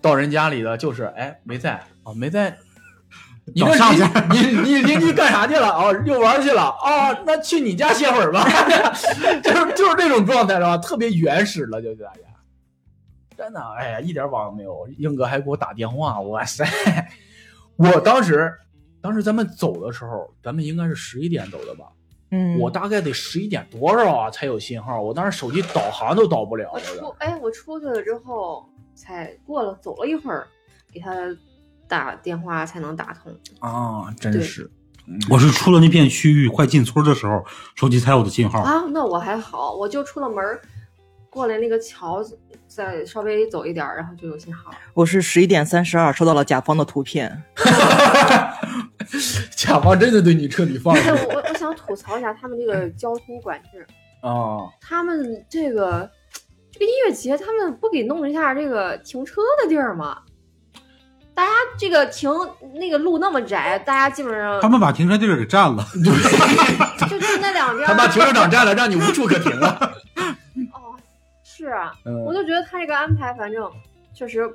S1: 到人家里的就是哎没在哦没在，你
S2: 找
S1: 这
S2: 上
S1: 邻
S2: 家
S1: 你你邻居干啥去了？哦遛弯儿去了哦，那去你家歇会儿吧， 就是就是这种状态是吧？特别原始了，就是大家。真的，哎呀，一点网都没有。英哥还给我打电话，哇塞！ 我当时，当时咱们走的时候，咱们应该是十一点走的吧？
S3: 嗯，
S1: 我大概得十一点多少啊才有信号？我当时手机导航都导不了
S4: 我出
S1: 了。
S4: 哎，我出去了之后才过了，走了一会儿，给他打电话才能打通。
S1: 啊，真
S4: 对
S1: 是，
S2: 我是出了那片区域，快进村的时候，手机才有的信号。
S4: 啊，那我还好，我就出了门儿，过来那个桥，再稍微走一点儿，然后就有信号。
S3: 我是十一点三十二收到了甲方的图片，
S1: 甲方真的对你彻底放
S4: 哎，
S1: 了
S4: 我我我想吐槽一下他们这个交通管制，
S1: 啊！
S4: 他们这个这个音乐节，他们不给弄一下这个停车的地儿吗？大家这个停那个路那么窄，大家基本上
S2: 他们把停车地儿给占了，
S4: 就就那两边
S1: 他
S4: 儿
S1: 把停车场占了，让你无处可停了。
S4: 哦，是啊，
S1: 嗯
S4: 我就觉得他这个安排，反正确实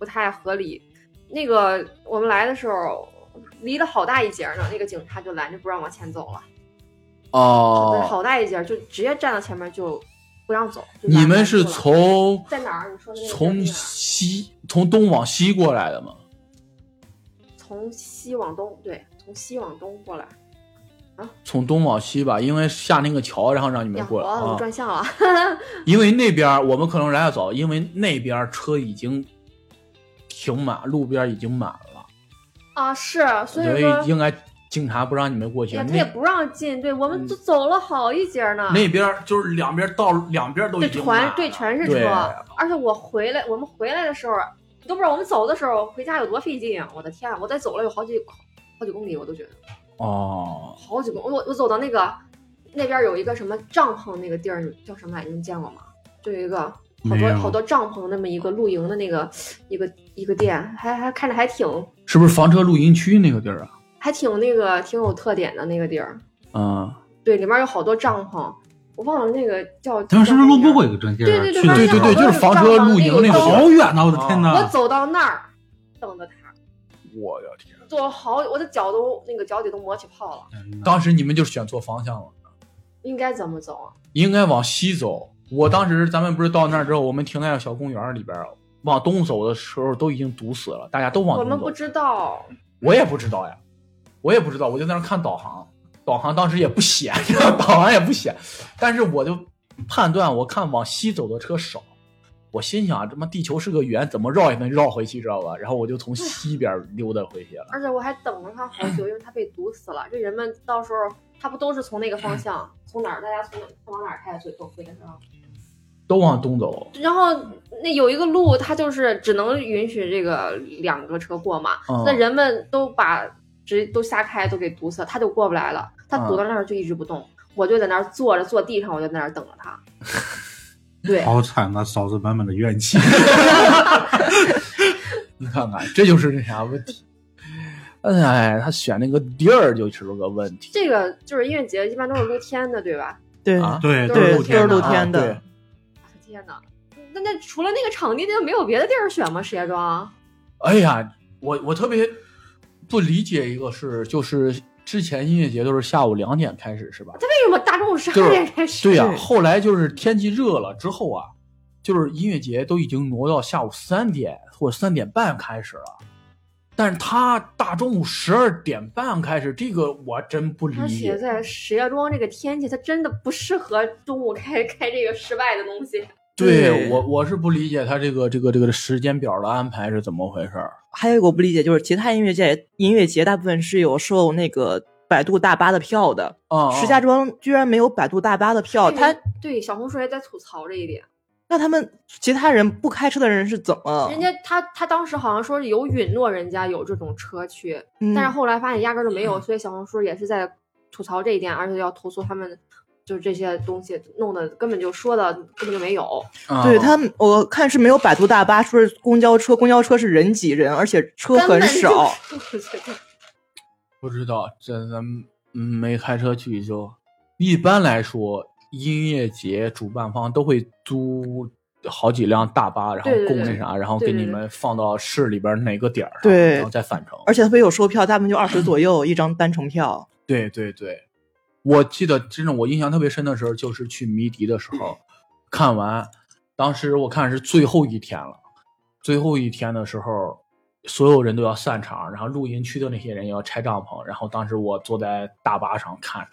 S4: 不太合理。那个我们来的时候，离了好大一截儿呢，那个警察就拦着不让往前走了，对，
S1: 哦，
S4: 好大一截儿，就直接站到前面就不让走。就拦
S1: 你们
S4: 住
S1: 是
S4: 了
S1: 从
S4: 在哪儿？你说的那个地儿在
S1: 从
S4: 哪儿
S1: 西从东往西过来的吗？
S4: 从西往东，对，从西往东过来。
S1: 从东往西吧，因为下那个桥，然后让你们
S4: 呀，
S1: 过来
S4: 我
S1: 啊。
S4: 转向了，
S1: 因为那边儿我们可能来得早，因为那边儿车已经停满，路边已经满了，
S4: 啊，是，所
S1: 所
S4: 以说
S1: 以应该警察不让你们过去。
S4: 呀，他也
S1: 那
S4: 不让进，对我们都走了好一截呢。
S1: 嗯那边就是两边道路两边都
S4: 对，
S1: 已经满
S4: 全
S1: 了，
S4: 对全是
S1: 对
S4: 车，而且我回来，我们回来的时候，你都不知道我们走的时候回家有多费劲啊！我的天啊，我再走了有好几好几公里，我都觉得
S1: 哦，
S4: 好几公，我我走到那个那边有一个什么帐篷那个地儿叫什么来着？你们见过吗？就有一个好
S2: 没
S4: 多
S2: 有
S4: 好多帐篷那么一个露营的那个一个一个店，还还看着还挺
S1: 是不是房车露营区那个地儿啊？
S4: 还挺那个挺有特点的那个地儿。
S1: 嗯，
S4: 对，里面有好多帐篷，我忘了那个叫。
S2: 咱们是不是
S4: 叫
S2: 路
S4: 什
S2: 过
S4: 么名
S2: 过
S4: 儿
S2: 一个这地儿？
S4: 对对
S2: 去
S4: 对
S2: 的
S1: 对
S2: 时
S1: 对
S2: 候
S1: 对，
S4: 好多
S1: 就是房车露营那个
S4: 有帐篷
S2: 好远呐！我的天
S1: 啊
S4: 我
S2: 呐！
S4: 走到那儿，等着他，
S1: 我的天！
S4: 走了好，我的脚都那个脚底都磨起泡了。
S2: 天呐
S1: 当时你们就选错方向了，
S4: 应该怎么走啊？
S1: 应该往西走。我当时咱们不是到那儿之后，我们停在小公园里边儿，往东走的时候都已经堵死了，大家都往
S4: 我
S1: 东
S4: 们
S1: 走。
S4: 不知道，
S1: 我也不知道呀，我也不知道，我就在那儿看导航，导航当时也不 显，导航也不显，但是我就判断，我看往西走的车少，我心想，这妈地球是个圆，怎么绕也能绕回去，知道吧？然后我就从
S3: 哎
S1: 西边溜达回去了。
S4: 而且我还等了他好久，因为他被堵死了。这人们到时候他不都是从那个方向，从哪儿大家从哪从往哪儿开最走回的时候，
S1: 都往东走，
S4: 然后那有一个路，它就是只能允许这个两个车过嘛。
S1: 嗯
S4: 那人们都把直都瞎开，都给堵死了，他就过不来了。他
S1: 嗯
S4: 堵到那儿就一直不动，我就在那儿坐着，坐地上，我就在那儿等着 他。对，
S2: 好惨呐！嫂子满满的怨气。
S1: 你看看，这就是那啥问题。哎，他选那个地儿就是个问题
S4: 这个就是音乐节，一般都是露天的，对吧？
S3: 对，
S1: 啊，
S2: 对
S4: 都
S1: 都
S4: 是
S1: 是
S4: 露
S1: 天的
S4: 天的都是露
S3: 天的
S1: 啊
S4: 我的天哪！那那除了那个场地，那就没有别的地儿选吗？石家庄？
S1: 对哎呀，我我特别不理解一个是，就是之前音乐节都是下午两点开始是吧？
S4: 为什么大中午十
S1: 就
S4: 二
S1: 是
S4: 点开始？
S1: 对呀、
S3: 是
S1: 后来就是天气热了之后啊，就是音乐节都已经挪到下午三点或者三点半开始了，但是他大中午十二点半开始，这个我真不理
S4: 而且
S1: 解。
S4: 在石家庄这个天气，它真的不适合中午开开这个室外的东西。
S1: 对
S3: 对
S1: 我我是不理解他这个这个这个时间表的安排是怎么回事儿。
S3: 还有一个我不理解就是，其他音乐节音乐节大部分是有售那个百度大巴的票的，
S1: 啊、
S3: 石家庄居然没有百度大巴的票，
S4: 这个
S3: 哦他
S4: 对小红书也在吐槽这一点，
S3: 那他们其他人不开车的人是怎么？
S4: 人家他他当时好像说是有允诺人家有这种车去，
S3: 嗯
S4: 但是后来发现压根儿就没有，所以小红书也是在吐槽这一点，而且要投诉他们，就这些东西弄得根本就说的根本就没有。
S1: 啊
S3: 对他们，我看是没有百度大巴，说是公交车，公交车是人挤人，而且车
S4: 根
S3: 很
S4: 本就
S3: 少。
S4: 是对对
S1: 不知道，这咱们嗯没开车去就。一般来说，音乐节主办方都会租好几辆大巴，然后
S4: 对对
S1: 供
S4: 对
S1: 那啥，然后
S4: 对
S1: 给
S4: 对
S1: 你
S4: 对
S1: 们放到市里边哪个点儿上，
S3: 对
S1: 然后再返程。
S3: 而且特别有售票，大部分就二十左右一张单程票。
S1: 对对对，我记得真的我印象特别深的时候，就是去迷笛的时候，看完，当时我看是最后一天了，最后一天的时候，所有人都要散场，然后露营区的那些人也要拆帐篷，然后当时我坐在大巴上看，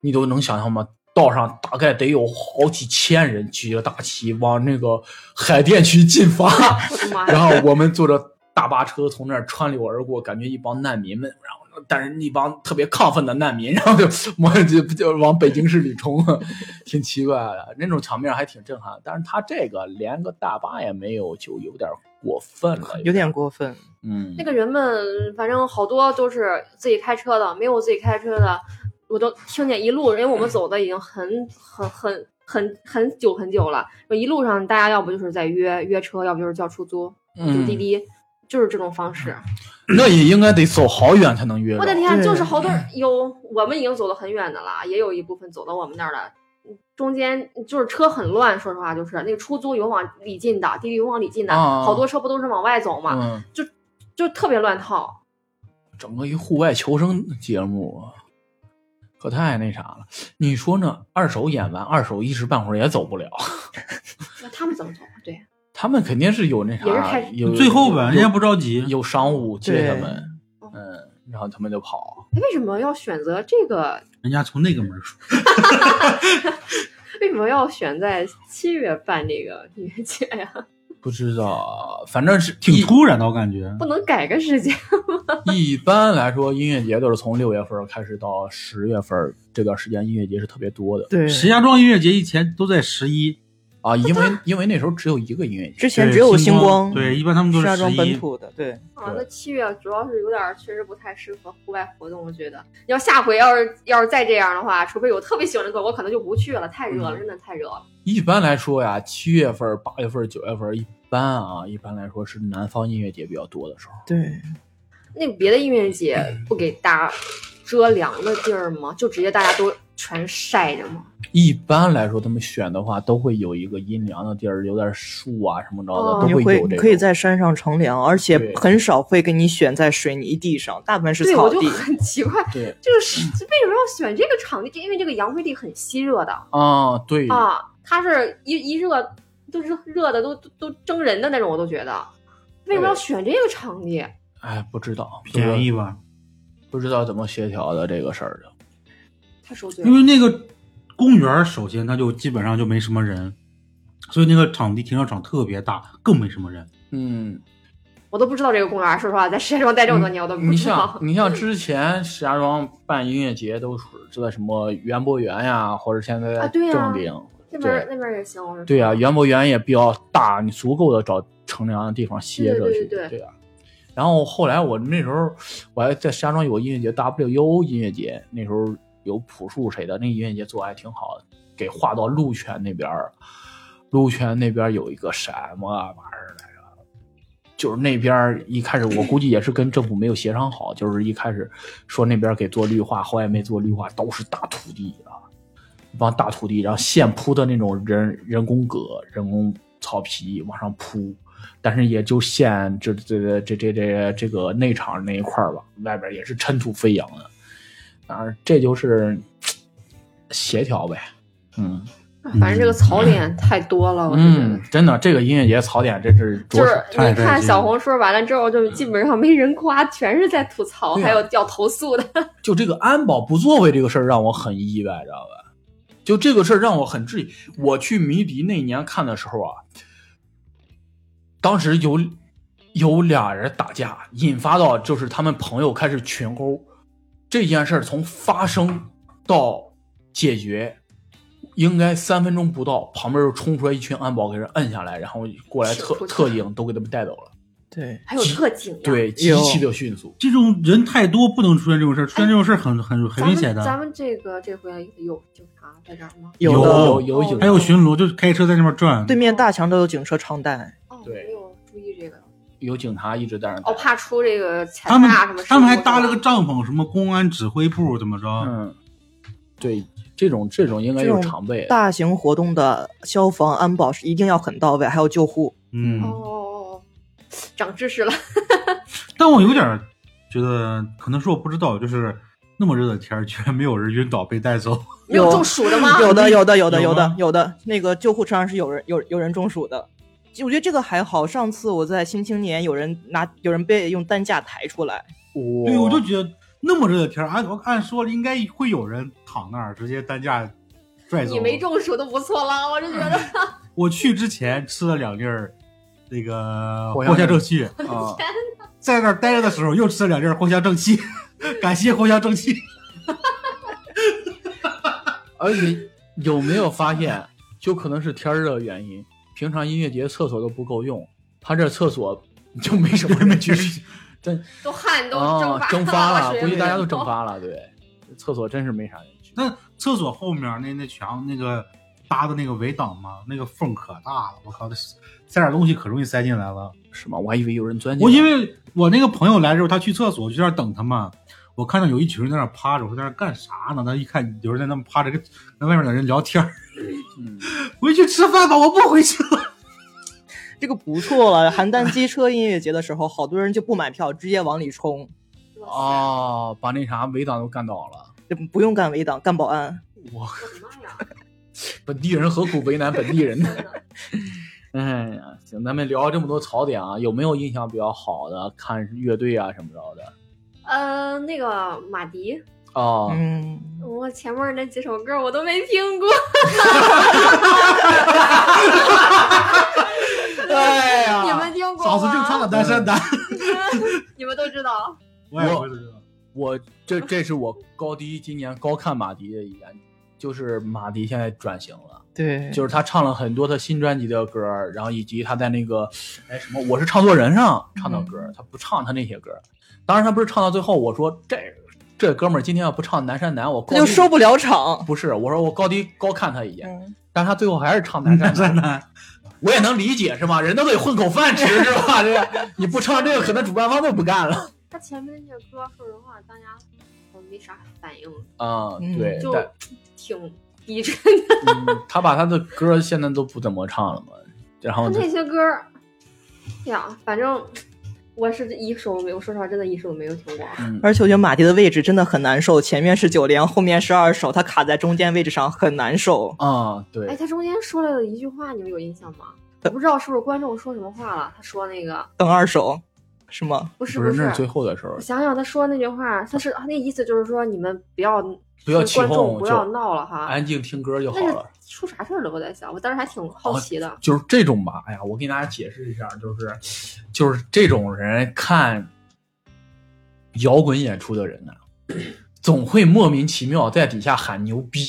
S1: 你都能想象吗？道上大概得有好几千人举着大旗往那个海淀区进发。
S4: 我的妈
S1: 然
S4: 呀！
S1: 后我们坐着大巴车从那儿川流而过，感觉一帮难民们，然后但是一帮特别亢奋的难民，然后就往就就往北京市里冲，挺奇怪的，那种场面还挺震撼。但是他这个连个大巴也没有，就有点过分了，
S3: 有点过分，
S1: 嗯
S4: 那，个人们反正好多都是自己开车的，没有自己开车的，我都听见一路，因为我们走的已经很很很很很久很久了，就一路上大家要不就是在约约车，要不就是叫出租，就是滴
S1: 嗯，
S4: 滴，就是这种方式。
S1: 那也应该得走好远才能约到
S4: 我的天，啊
S3: 对
S4: 就是好多人有我们已经走得很远的了，也有一部分走到我们那儿了。中间就是车很乱，说实话，就是那个出租有往里进的，滴滴有往里进的，
S1: 啊
S4: 好多车不都是往外走嘛，
S1: 嗯，
S4: 就特别乱套。
S1: 整个一户外求生节目啊。可太那啥了，你说呢？二手演完，二手一时半会儿也走不了，
S4: 那他们怎么走啊？对，
S1: 他们肯定是有那
S4: 也是
S1: 啥
S4: 开，
S1: 有
S2: 最后吧，
S1: 有
S2: 人家不着急，
S1: 有商务接他
S3: 对
S1: 们，嗯，然后他们就跑。
S4: 哎为什么要选择这个？
S2: 人家从那个门儿出。
S4: 为什么要选在七月办这个音乐节呀？
S1: 不知道，反正是
S2: 挺
S1: 一
S2: 突然的，我感觉。
S4: 不能改个时间。
S1: 一般来说，音乐节都是从六月份开始到十月份这段时间，音乐节是特别多的
S3: 对，
S2: 石家庄音乐节以前都在十一，
S1: 啊，因为因为那时候只有一个音乐节，
S3: 之前只有
S2: 对星
S3: 光，
S2: 对，一般他们都
S3: 石
S2: 是
S3: 家
S2: 十
S3: 庄本
S2: 一。
S3: 土的，对，
S4: 啊，那七月主要是有点儿确实不太适合户外活动，我觉得。要下回要是要是再这样的话，除非有特别喜欢的歌，我可能就不去了，太热了，真的太热了。
S1: 一般来说呀，七月份、八月份、九月份，一般啊，一般来说是南方音乐节比较多的时候。
S3: 对，
S4: 那别的音乐节不给大家遮凉的地儿吗？就直接大家都全晒着吗？
S1: 一般来说，他们选的话都会有一个阴凉的地儿，有点树啊什么着的，
S4: 哦
S1: 都
S3: 你
S1: 会
S3: 会
S1: 有这
S3: 你
S1: 个。
S3: 可以在山上乘凉，而且
S1: 对
S3: 很少会给你选在水泥地上，大部分是
S4: 对，
S3: 草
S4: 我就
S3: 地。
S4: 很奇怪，
S1: 对
S4: 就是为什么要选这个场地？因为这个杨辉地很吸热的
S1: 啊，对，
S2: 嗯
S4: 啊，它是一一热都热热的都都都蒸人的那种，我都觉得为什么要选这个场地？
S1: 哎，不知道，不知道
S2: 便宜吧，
S1: 不知道怎么协调的这个事儿的。
S4: 太受罪了
S2: 因。为那个公园儿首先它就基本上就没什么人，所以那个场地停车场特别大，更没什么人。
S1: 嗯，
S4: 我都不知道这个公园儿，说实话，在石家庄待这
S2: 嗯
S4: 么多年，我都不
S1: 你
S4: 知
S1: 像
S4: 道。
S1: 你像之前石家庄办音乐节都是就在什么园博园呀，或者现在
S4: 啊
S1: 在
S4: 对呀
S1: 正定，
S4: 那边儿那边儿也行，我是
S1: 对呀、园博园也比较大，你足够的找乘凉的地方歇着去，
S4: 对对对对
S1: 呀、然后后来我那时候我还在石家庄有个音乐节 WU 音乐节，那时候有朴树谁的，那音乐节做得还挺好的，给划到鹿泉那边儿，鹿泉那边儿有一个什么玩意儿来着？就是那边儿一开始我估计也是跟政府没有协商好，就是一开始说那边儿给做绿化，后来没做绿化，都是大土地啊。一帮大土地，然后现铺的那种人人工葛、人工草皮往上铺，但是也就限这这这这这这个内场那一块儿吧，外边也是尘土飞扬的。当然，这就是嘖协调呗。嗯
S4: 反正这个槽点太多了，我是觉得
S1: 嗯。，真的，这个音乐节槽点真是着
S4: 就
S1: 实
S4: 是你看小红书完了之后，就基本上没人夸，全是在吐槽，
S1: 对啊
S4: 还有要投诉的。
S1: 就这个安保不作为这个事儿让我很意外，知道吧？就这个事儿让我很质疑。我去迷笛那年看的时候啊，当时有有俩人打架，引发到就是他们朋友开始群殴这件事儿，从发生到解决，应该三分钟不到，旁边就冲出来一群安保给人摁下来，然后过来特
S4: 是
S1: 特警都给他们带走了。
S3: 对，
S4: 还有特警呀，
S1: 对，极
S3: 有
S1: 其的迅速。
S2: 这种人太多，不能出现这种事儿，出现这种事儿很很很
S4: 咱
S2: 危
S4: 们
S2: 险
S4: 咱
S2: 的。
S4: 们这个这回有警察在这儿吗？
S2: 有
S1: 有
S3: 的
S1: 有有
S4: 哦
S2: 还有巡逻，就是开车在那边转。
S3: 对面大墙都有警车常带，
S4: 哦，
S1: 对
S4: 没有注意这个。
S1: 有警察一直在那儿
S4: 哦，
S1: 打。
S4: 怕出这个踩
S2: 他们
S4: 踏什么事故
S2: 他们还搭了个
S4: 是吧
S2: 帐篷，什么公安指挥部怎么着？
S1: 嗯，对，这种这种应该就是常备的。
S3: 大型活动的消防安保是一定要很到位，还有救护。
S2: 嗯，
S4: 哦哦哦哦，长知识了。
S2: 但我有点儿觉得，可能是我不知道，就是那么热的天儿，居然没有人晕倒被带走。
S4: 没有
S3: 有
S4: 中暑的吗？
S3: 有的，有的，有的，啊有
S2: 有吗
S3: 的，有的。那个救护车上是有人有有人中暑的，就我觉得这个还好。上次我在新青年，有人拿有人被用担架抬出来，
S1: 我
S2: 对，我就觉得那么热的天儿，按我按说应该会有人躺那儿直接担架拽走。
S4: 你没中暑都不错了，我就觉 得
S2: 我去之前吃了两粒儿那个
S1: 藿香
S2: 藿香
S1: 正
S2: 正气，
S1: 啊，
S2: 在那儿待着的时候又吃了两粒儿藿香正气， 感谢藿香正气。
S1: 而且有没有发现，就可能是天儿热的原因，平常音乐节厕所都不够用，他这厕所就没什么人去 真
S4: 都汗都
S1: 啊蒸
S4: 蒸
S1: 发
S4: 了，
S1: 了，
S4: 水
S1: 估计大家都
S4: 里哦
S1: 蒸
S4: 头
S1: 发了。对，厕所真是没啥人去。
S2: 那厕所后面那那墙那个搭的那个围挡嘛，那个缝可大了，我靠，那塞点东西可容易塞进来了。
S1: 是吗？我还以为有人钻进
S2: 我
S1: 来。
S2: 因为我那个朋友来之后，他去厕所，我就在那儿等他嘛。我看到有一群人在那儿趴着，我说在那儿干啥呢？他一看有人在那儿趴着，跟跟外面的人聊天儿。
S1: 嗯
S2: 回去吃饭吧，我不回去了。
S3: 这个不错了。邯郸机车音乐节的时候，好多人就不买票，直接往里冲，
S1: 哦，把那啥围挡都干倒了。
S3: 就不用干围挡，干保安。
S1: 哇，
S4: 我的妈呀！
S1: 本地人何苦为难本地人呢？
S4: 真的
S1: 哎呀，行，咱们聊了这么多槽点啊，有没有印象比较好的看乐队啊什么着的？
S4: 呃，那个马迪，
S1: 哦，
S3: 嗯，
S4: 我前面那几首歌我都没听过，
S2: 哎呀
S4: 你们听过吗？
S2: 嫂子正 常的单身男，
S4: 你们都知道。
S2: 我也不知道。
S1: 我这这是我高低今年高看马迪的一眼，就是马迪现在转型了，
S3: 对，
S1: 就是他唱了很多他新专辑的歌，然后以及他在那个哎什么我是唱错人上唱的歌，他不唱他那些歌。当然他不是唱到最后，我说这这哥们儿今天要不唱南山南，我高
S3: 他就
S1: 低
S3: 收不了场。
S1: 不是，我说我高低高看他一眼，
S3: 嗯，
S1: 但是他最后还是唱南山
S2: 单身
S1: 南，
S2: 男，
S1: 我也能理解是吗？人都得混口饭吃是吧？这个你不唱这个，可能主办方都不干了。
S4: 他前面那些歌，说实话，大家都没啥反应，
S1: 啊、
S3: 嗯
S1: 对，
S4: 就
S1: 但
S4: 挺低沉。
S1: 嗯，他把他的歌现在都不怎么唱了嘛，然
S4: 他
S1: 后就
S4: 那些歌儿，哎呀，反正我是一首没有，说实话，真的一首没有听过。
S1: 嗯，
S3: 而且我觉得马迪的位置真的很难受，前面是九连，后面是二手，他卡在中间位置上很难受。
S1: 啊，
S4: 哎，
S1: 对，
S4: 他中间说了一句话，你们有印象吗？我不知道是不是观众说什么话了，他说那个
S3: 等二手是吗？
S4: 不是
S1: 不
S4: 不
S1: 是
S4: 是
S1: 那是，最后的时候
S4: 我，想想他说那句话，他是那意思就是说你们不要
S1: 不要
S4: 就是
S1: 起
S4: 观众
S1: 哄，
S4: 不
S1: 就
S4: 要闹了哈。
S1: 安静听歌就好
S4: 那
S1: 了哦
S4: 是。出啥事儿了？我在想，我当时还挺好奇的。
S1: 就是这种吧，哎呀，我给大家解释一下，就是就是这种人看摇滚演出的人呢、总会莫名其妙在底下喊牛逼，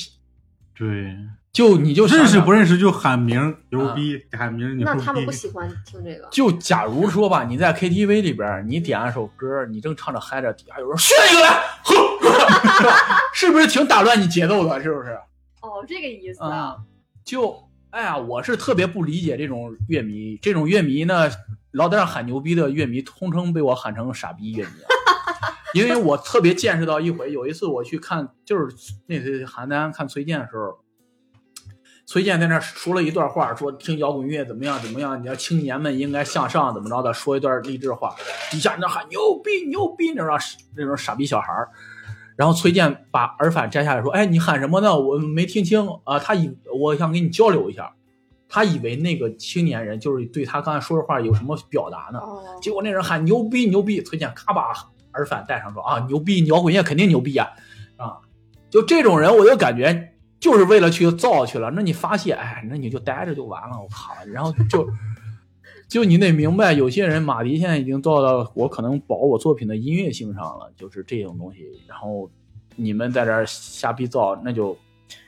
S2: 对，
S1: 就你就
S2: 认识
S1: 想想
S2: 不认识就喊名，
S1: 啊
S2: 牛逼，喊名你
S4: 那他们
S2: 逼
S4: 不。喜欢听这个，
S1: 就假如说吧，你在 KTV 里边儿，你点了首歌，你正唱着嗨着，底下有人炫一个来，哼，是吧 是不是挺打乱你节奏的？是不是？
S4: 哦，这个意思
S1: 啊、就哎呀，我是特别不理解这种乐迷，这种乐迷呢，老在那喊牛逼的乐迷，通称被我喊成傻逼乐迷啊。 因为我特别见识到一回，有一次我去看，就是那次邯郸看崔健的时候，崔健在那儿说了一段话，说听摇滚乐怎么样怎么样，你要青年们应该向上怎么着的，说一段励志话，底下人那喊牛逼牛逼那种那种傻逼小孩儿，然后崔健把耳返摘下来，说：“哎，你喊什么呢？我没听清啊。”他以我想跟你交流一下，他以为那个青年人就是对他刚才说的话有什么表达呢？
S4: 哦，
S1: 结果那人喊牛逼牛逼，崔健咔把耳返戴上说：“啊，牛逼，摇滚乐肯定牛逼呀、啊！”就这种人，我就感觉就是为了去造去了。那你发泄，哎，那你就待着就完了。我靠，然后就。 就你得明白，有些人马迪现在已经做到我可能保我作品的音乐性上了，就是这种东西。然后你们在这儿瞎逼造，那就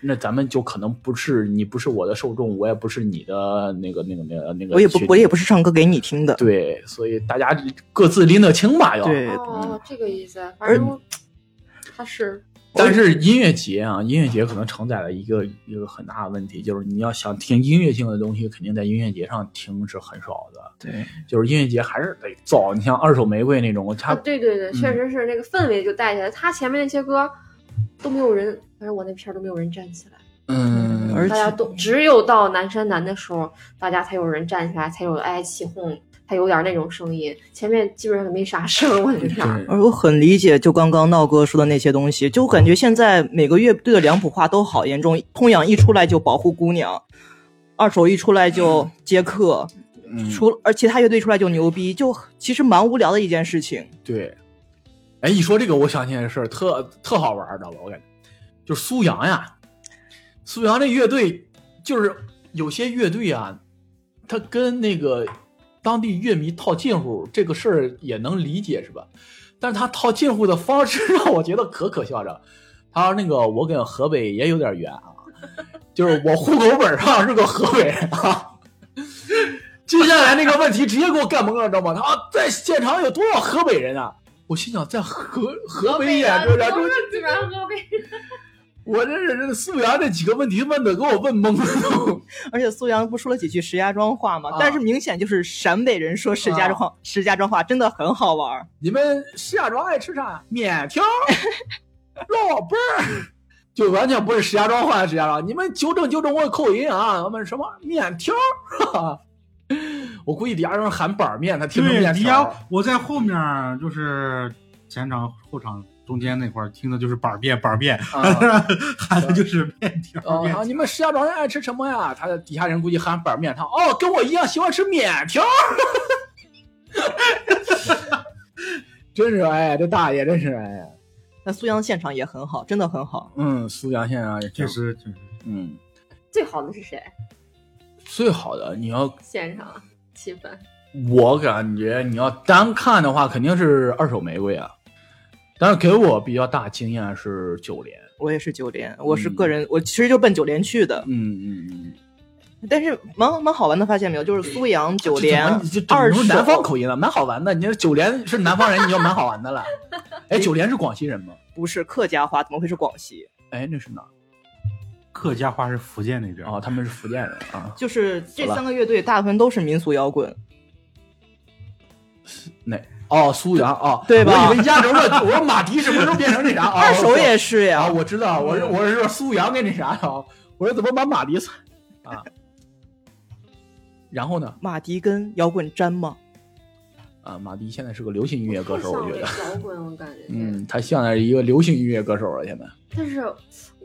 S1: 那咱们就可能不是你不是我的受众，我也不是你的那个那个那个那个
S3: 我也不
S1: 群体
S3: 我也不是唱歌给你听的。
S1: 对，所以大家各自拎得清吧，要。啊
S3: 对
S4: 哦，
S1: 嗯
S4: 这个意思，反正他是
S1: 但是音乐节啊，音乐节可能承载了一个一个很大的问题，就是你要想听音乐性的东西，肯定在音乐节上听是很少的。
S3: 对，
S1: 就是音乐节还是得造，你像二手玫瑰那种，
S4: 啊，
S1: 它
S4: 对对对，确
S1: 嗯
S4: 实是那个氛围就带起来。他前面那些歌都没有人，反正我那片儿都没有人站起来，
S1: 嗯，
S3: 而且
S4: 大家都只有到南山南的时候，大家才有人站起来，才有哎起哄，才有点那种声音。前面基本上没啥声，我那片儿。
S1: 对
S3: 而我很理解，就刚刚闹哥说的那些东西，就感觉现在每个乐队的两谱化都好严重，痛痒一出来就保护姑娘，二手一出来就接客，
S1: 嗯
S3: 除而其他乐队出来就牛逼，就其实蛮无聊的一件事情。
S1: 对。哎，一说这个，我想起来事儿，特特好玩儿，知道吧？我感觉就是苏阳呀，苏阳这乐队，就是有些乐队啊，他跟那个当地乐迷套近乎这个事儿也能理解，是吧？但是他套近乎的方式 让我觉得可可笑着。他说那个我跟河北也有点远啊，就是我户口本上是个河北人啊。接下来那个问题直接给我干懵了，知道吗？他啊，在现场有多少河北人啊？我心想，在河河北
S4: 啊
S1: 演出，然后
S4: 基本上 河北
S1: 我这这这素颜这几个问题问的给我问懵了 都。
S3: 而且苏阳不说了几句石家庄话嘛，
S1: 啊
S3: 但是明显就是陕北人说石家庄话，石家庄话真的很好玩儿。
S1: 你们石家庄爱吃啥？面条、烙饼儿，就完全不是石家庄话。石家庄，你们纠正纠正我口音啊！我们什么面条儿？ 我估计底下人喊板儿面，他听成
S2: 对，
S1: 面
S2: 迪
S1: 条
S2: 迦
S1: 儿。，
S2: 我在后面儿就是前场、后场、中间那块儿听的就是板儿变板儿变，
S1: 啊
S2: 喊的就是面条
S1: 哦，
S2: 面
S1: 然后你们石家庄人爱吃什么呀？他底下人估计喊板儿面，他哦，跟我一样喜欢吃面条儿。 真是哎，这大爷真是哎呀。
S3: 那苏阳现场也很好，真的很好。
S1: 嗯，苏阳现在也
S2: 确，实确实，
S1: 嗯，
S4: 最好的是谁？
S1: 最好的你要
S4: 现场气氛。
S1: 我感觉你要单看的话，肯定是二手玫瑰啊。但是给我比较大经验是九连，
S3: 我也是九连，我是个人，我其实就奔九连去的。
S1: 嗯嗯嗯，
S3: 但是蛮蛮好玩的，发现没有？就是苏阳九连
S1: 这怎么你这怎么
S3: 二
S1: 是
S3: 手，
S1: 南方口音啊了，蛮好玩的。你这九连是南方人，你就蛮好玩的了。 哎，九连是广西人吗？
S3: 不是客家话，怎么会是广西？
S1: 哎，那是哪儿？
S2: 客家话是福建那边儿
S1: 哦，他们是福建人啊。
S3: 就是这
S1: 好吧
S3: 三个乐队大部分都是民俗摇滚，
S1: 哪？哦，苏阳哦，
S3: 对吧
S1: 我以为 压轴了，我说马迪什么时候变成那啥？哦
S3: 二手也是
S1: 啊，
S3: 呀。
S1: 我知道，我是我是说苏阳跟那啥啊，我说怎么把马迪算啊？然后呢？
S3: 马迪跟摇滚沾吗？
S1: 啊，马迪现在是个流行音乐歌手，我
S4: 像
S1: 觉得，
S4: 摇滚，我感觉。
S1: 嗯，他像是一个流行音乐歌手了。现在
S4: 但是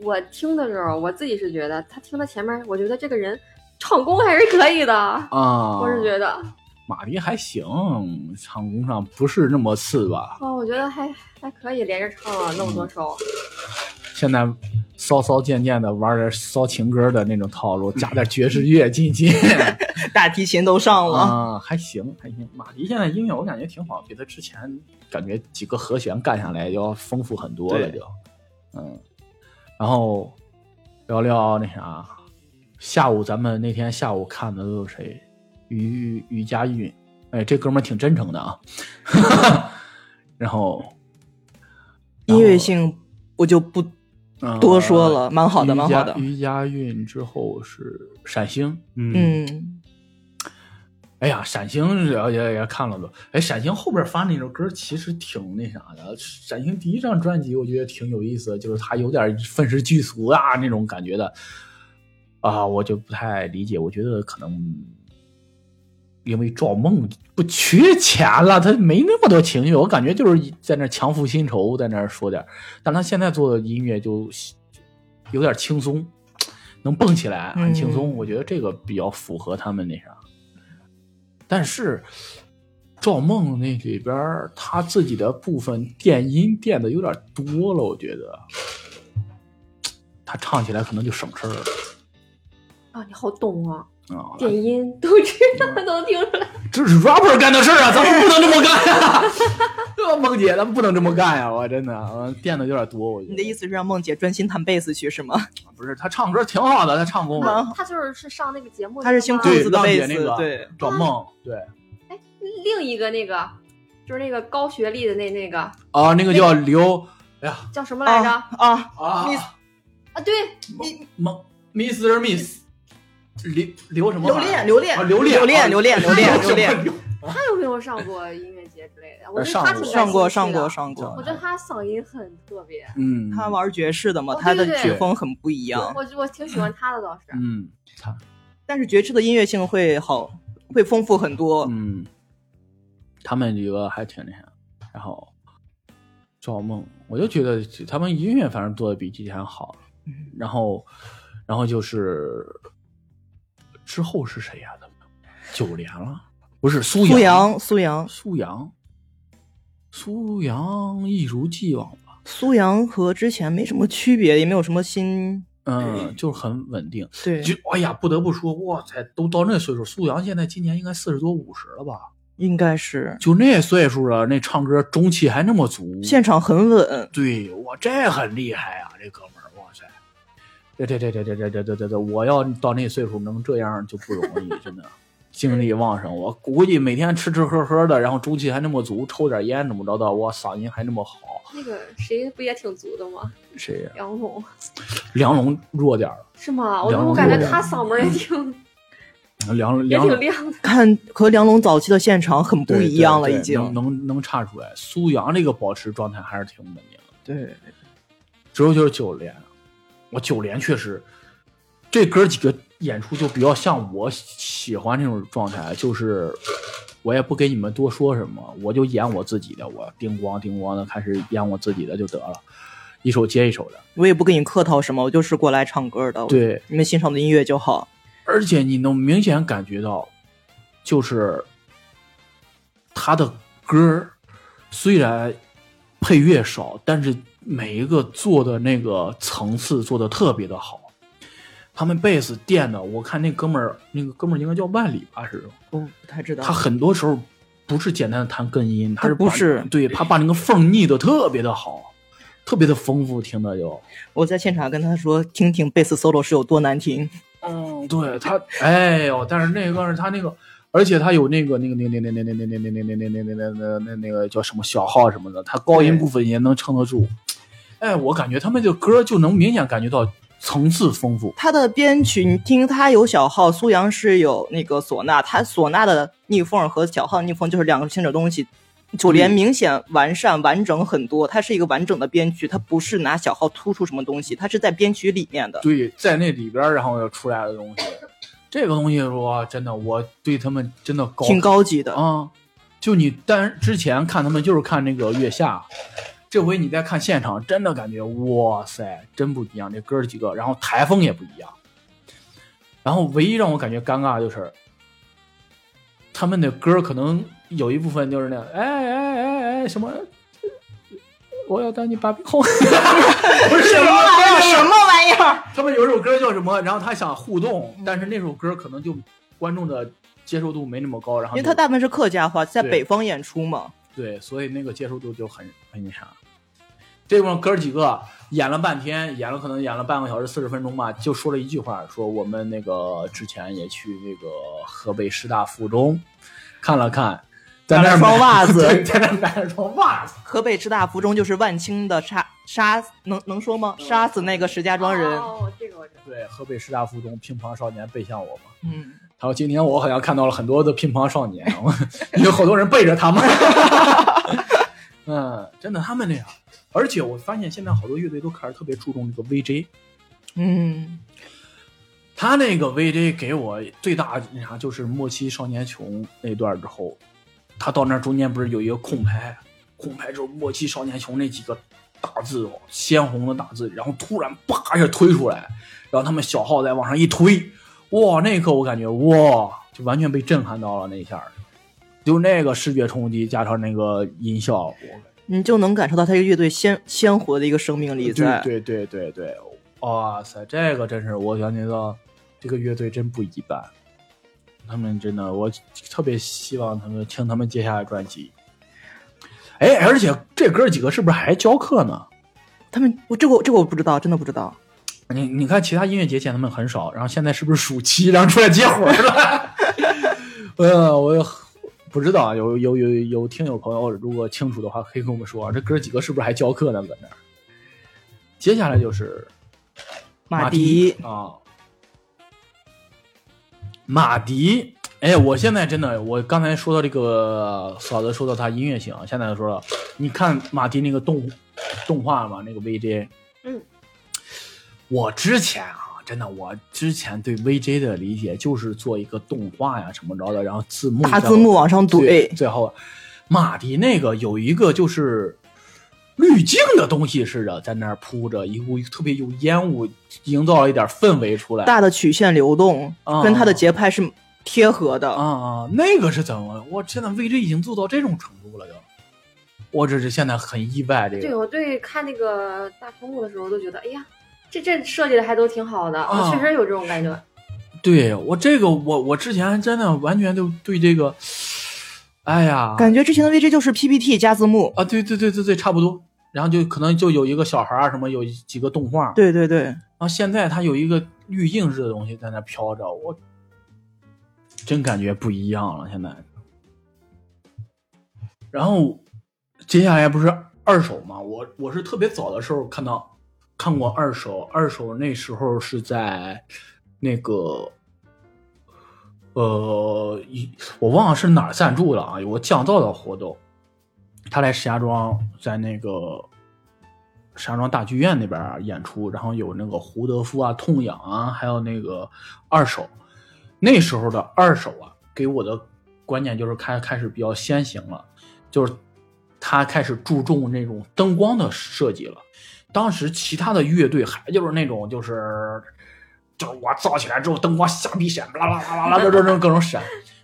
S4: 我听的时候，我自己是觉得他听到前面，我觉得这个人唱功还是可以的，
S1: 啊，
S4: 我是觉得，
S1: 马迪还行，唱功上不是那么次吧？
S4: 哦，我觉得还还可以，连着唱了那么多首，
S1: 嗯现在骚骚贱贱的玩点骚情歌的那种套路，加点爵士乐进去
S3: 大提琴都上了，
S1: 啊，还行还行。马迪现在音乐我感觉挺好，比他之前感觉几个和弦干下来要丰富很多了，
S3: 对
S1: 就嗯。然后聊聊那啥，下午咱们那天下午看的都有谁？于于佳韵，哎，这哥们儿挺真诚的啊。 然后
S3: 音乐性我就不
S1: 嗯
S3: 多说了，蛮好的，
S1: 于
S3: 蛮
S1: 佳
S3: 好的。
S1: 于佳韵之后是闪星，
S2: 嗯，
S3: 嗯，
S1: 哎呀，闪星也也也看了都。哎，闪星后边发那首歌其实挺那啥的。闪星第一张专辑我觉得挺有意思的，就是它有点愤世嫉俗啊那种感觉的。啊，我就不太理解，我觉得可能因为赵梦不缺钱了，他没那么多情绪，我感觉就是在那儿强付新仇，在那儿说点儿。但他现在做的音乐就有点轻松，能蹦起来，很轻松。我觉得这个比较符合他们那啥。但是赵梦那里边儿他自己的部分电音电的有点多了，我觉得他唱起来可能就省事儿了
S4: 啊，你好懂啊，
S1: 啊。嗯
S4: 电音都知道，都听出来。
S1: 这是 rapper 干的事儿啊，咱们不能这么干呀、 对吧，梦姐，咱们不能这么干呀、我真的，我垫的有点多，我觉得。
S3: 你的意思是让梦姐专心弹贝斯去是吗？
S1: 不是，他唱歌挺好的，他唱功。
S3: 啊
S4: 他就是是上那个节目的吗，
S3: 她是姓顾
S1: 对
S3: 子的
S1: 浪
S3: 贝
S1: 姐
S3: 斯，
S1: 那个
S3: 对，
S1: 找梦，对
S4: 哎，另一个那个就是那个高学历的那那个
S1: 啊，那个叫刘，哎呀
S4: 叫什么来着？
S3: 啊啊，
S1: 啊
S3: Miss
S4: 啊对，
S1: 梦 Mr. Miss 刘刘什么
S3: 留
S1: 玩意
S3: 恋
S1: 儿？
S3: 留恋
S1: 啊留恋
S3: 留恋留恋留恋
S1: 刘
S3: 留恋，
S4: 他有没有上过音乐节之类的？我对
S1: 上
S4: 他
S1: 过
S4: 挺感
S3: 上过
S4: 兴
S3: 上
S4: 趣
S3: 过
S4: 的
S3: 上过。
S4: 我觉得他嗓音很特别，
S1: 嗯，
S3: 他玩爵士的嘛，
S4: 哦
S3: 他的
S4: 对对
S3: 曲
S4: 对
S3: 风很不一样，
S4: 我我挺喜欢他的倒是。
S1: 嗯，他
S3: 但是爵士的音乐性会好，会丰富很多。
S1: 嗯，他们几个还挺那啥，然后赵梦，我就觉得他们音乐反正做的比之前好，然后，然后就是之后是谁呀、怎么九连了？不是苏
S3: 苏
S1: 阳，
S3: 阳，苏阳，
S1: 苏阳，苏阳一如既往吧，
S3: 苏阳和之前没什么区别，也没有什么新
S1: 嗯，就是很稳定。
S3: 对
S1: 就哎呀，不得不说，哇塞，都到那岁数，苏阳现在今年应该四十多五十了吧？
S3: 应该是
S1: 就那岁数了，那唱歌中气还那么足，
S3: 现场很稳，
S1: 对我这很厉害啊，这哥们儿，哇塞！这这这这这这这这这这，我要到那岁数能这样就不容易，真的精力旺盛。我估计每天吃吃喝喝的，然后中气还那么足，抽点烟怎么着的，我嗓音还那么好。
S4: 那个谁不也挺足的吗？
S1: 谁呀？
S4: 杨红
S1: 梁龙弱点儿，
S4: 是吗？我
S1: 梁
S4: 我
S1: 龙
S4: 感觉
S1: 对
S4: 他嗓门儿也挺
S1: 梁
S4: 也
S1: 梁
S4: 挺
S1: 龙
S4: 亮的。
S3: 看和梁龙早期的现场很不
S1: 对
S3: 一样了，
S1: 对
S3: 已
S1: 对
S3: 经
S1: 能能能唱出来。苏阳这个保持状态还是挺稳定的。
S3: 对
S1: 只有就是九连，我九连确实，这哥几个演出就比较像我喜欢这种状态，就是我也不给你们多说什么，我就演我自己的，我叮咣叮咣的开始演我自己的就得了，一首接一首的。
S3: 我也不跟你客套什么，我就是过来唱歌的，，
S1: 对，
S3: 你们欣赏我的音乐就好。
S1: 而且你能明显感觉到，就是他的歌儿虽然配乐少，但是每一个做的那个层次做的特别的好。他们贝斯垫的，我看那哥们儿，那个哥们儿应该叫万里吧，是
S3: 我哦不太知道
S1: 他。很多时候不是简单的弹根音，他是
S3: 不
S1: 把
S3: 是
S1: 对他把那个缝腻的特别的好，特别的丰富，听的就，
S3: 我在现场跟他说，听听贝斯 solo 是有多难听。
S1: 嗯，对他，哎呦，但是那个是他那个，而且他有那个那个那个那个那个那个那个那个那个那个那个那那个叫什么小号什么的，他高音部分也能撑得住，哎，我感觉他们这歌就能明显感觉到层次丰富，
S3: 他的编曲，你听他有小号，苏阳是有那个唢呐，他唢呐的逆缝和小号逆缝就是两个性质的东西。九连明显完善、完整很多，它是一个完整的编曲，它不是拿小号突出什么东西，它是在编曲里面的。
S1: 对，在那里边儿然后又出来的东西，这个东西说真的，我对他们真的高
S3: 挺高级的。
S1: 啊，就你单之前看他们就是看那个月下，这回你再看现场，真的感觉哇塞，真不一样，这哥儿几个，然后台风也不一样。然后唯一让我感觉尴尬的就是，他们的歌可能有一部分就是那哎哎哎哎什么，我要带你把控， 不是什么玩意儿，什么玩意儿？他们有一首歌叫什么？然后他想互动，但是那首歌可能就观众的接受度没那么高，然后
S3: 因为
S1: 就
S3: 它大部分是客家话，在
S1: 对
S3: 北方演出嘛。
S1: 对，所以那个接受度就很很那啥。这帮哥儿几个演了半天，演了可能演了半个小时四十分钟吧，就说了一句话，说我们那个之前也去那个河北师大附中看了看，在那
S3: 买
S1: 儿
S3: 了双袜子
S1: 对在那儿买 了双袜子，
S3: 河北师大附中就是万青的杀杀死能能说吗？杀死那个石家庄人。
S4: 哦，这个我知道。
S1: 对，河北师大附中乒乓少年背向我嘛。
S3: 嗯，
S1: 还有今天我好像看到了很多的乒乓少年，有好多人背着他们。 嗯，真的，他们那样。而且我发现现在好多乐队都开始特别注重这个 VJ，
S3: 嗯，
S1: 他那个 VJ 给我最大那啥就是莫欺少年穷那段之后，他到那儿中间不是有一个空拍，空拍之后莫欺少年穷那几个大字哦，鲜红的大字，然后突然啪一下推出来，然后他们小号再往上一推，哇，那一刻我感觉哇，就完全被震撼到了那一下儿，就那个视觉冲击加上那个音效，我
S3: 你就能感受到他这个乐队鲜鲜活的一个生命力在。
S1: 嗯对对对对对，哇塞，这个真是我感觉到这个乐队真不一般，他们真的我特别希望他们听他们接下来专辑。哎，而且这哥几个是不是还教课呢？
S3: 他们，我这个我这个我不知道，真的不知道。
S1: 你你看，其他音乐节见他们很少，然后现在是不是暑期，然后出来接活儿了？ 呃，我也不知道，啊有有有有听友朋友如果清楚的话，可以跟我们说，啊这哥几个是不是还教课呢？搁那儿？接下来就是
S3: 马
S1: 迪
S3: 迪，
S1: 啊，马迪。哎，我现在真的，我刚才说到这个嫂子说到她音乐性啊，现在说了，你看马迪那个动动画嘛，那个 VJ，
S4: 嗯，
S1: 我之前啊，真的，我之前对 VJ 的理解就是做一个动画呀什么着的，然后字幕
S3: 大
S1: 在
S3: 字幕往上
S1: 对，
S3: 怼，
S1: 最后啊马迪那个有一个就是滤镜的东西似的，在那儿铺着一股特别有烟雾，营造了一点氛围出来。
S3: 大的曲线流动
S1: 啊
S3: 跟他的节拍是贴合的。
S1: 啊啊，那个是怎么？我现在 VJ 已经做到这种程度了，都。我只是现在很意外这
S4: 对，
S1: 个。
S4: 我对看那个大屏幕的时候都觉得，哎呀，这这设计的还都挺好的，
S1: 啊
S4: 我确实有这种感觉。
S1: 对我这个，我我之前真的完全就对这个，哎呀，
S3: 感觉之前的 VJ 就是 PPT 加字幕。
S1: 啊，对对对对对，差不多。然后就可能就有一个小孩儿什么，有几个动画，
S3: 对对对，
S1: 然后现在它有一个滤镜似的东西在那飘着，我真感觉不一样了。现在，然后接下来不是二手嘛？我我是特别早的时候看到看过二手，二手那时候是在那个呃，一我忘了是哪儿赞助了啊，有个降噪的活动，他来石家庄，在那个石家庄大剧院那边儿演出，然后有那个胡德夫啊、痛痒啊，还有那个二手。那时候的二手啊，给我的观念就是开开始比较先行了，就是他开始注重那种灯光的设计了。当时其他的乐队还就是那种就是就是我造起来之后灯光瞎逼闪，啦啦啦啦啦，这这这各种闪。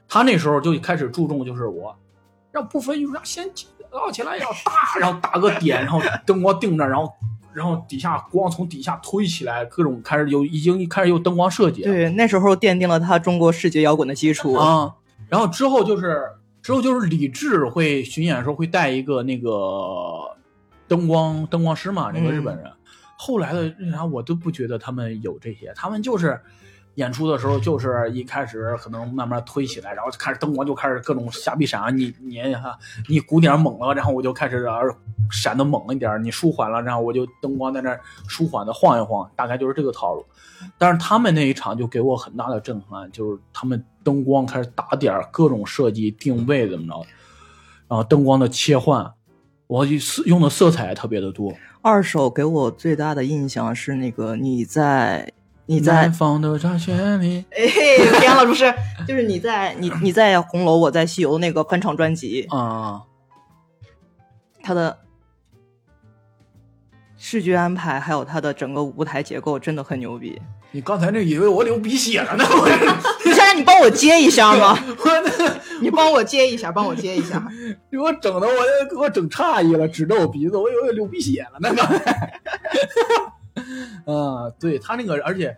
S1: 他那时候就开始注重就是我让部分乐让先起捞起来要大，然后打个点，然后灯光定着，然后然后底下光从底下推起来，各种开始有已经开始有灯光设计了
S3: 对，那时候奠定了他中国视觉摇滚的基础。
S1: 啊。然后之后就是之后就是李志会巡演的时候会带一个那个灯光灯光师嘛，那个
S3: 嗯
S1: 日本人。后来的那啥我都不觉得他们有这些，他们就是。演出的时候就是一开始可能慢慢推起来，然后就开始灯光就开始各种瞎逼闪啊，你你哈，你鼓点儿猛了，然后我就开始啊闪的猛一点儿，你舒缓了，然后我就灯光在那儿舒缓的晃一晃，大概就是这个套路。但是他们那一场就给我很大的震撼，就是他们灯光开始打点儿，各种设计定位怎么着，然后灯光的切换，我就色用的色彩也特别的多。
S3: 二首给我最大的印象是那个你在你在
S1: 南方的大雪里，
S3: 哎，天老师是就是你在你你在红楼，我在西游那个翻唱专辑，
S1: 啊，
S3: 它的视觉安排还有它的整个舞台结构真的很牛逼。
S1: 你刚才那以为我流鼻血了呢，我这
S3: 你珊珊，你帮我接一下吗？
S1: 我这
S3: 你帮我接一下，帮我接一下。
S1: 给我整的我这给我整诧异了，指着我鼻子，我以为流鼻血了呢。刚 才，啊，对他那个，而且，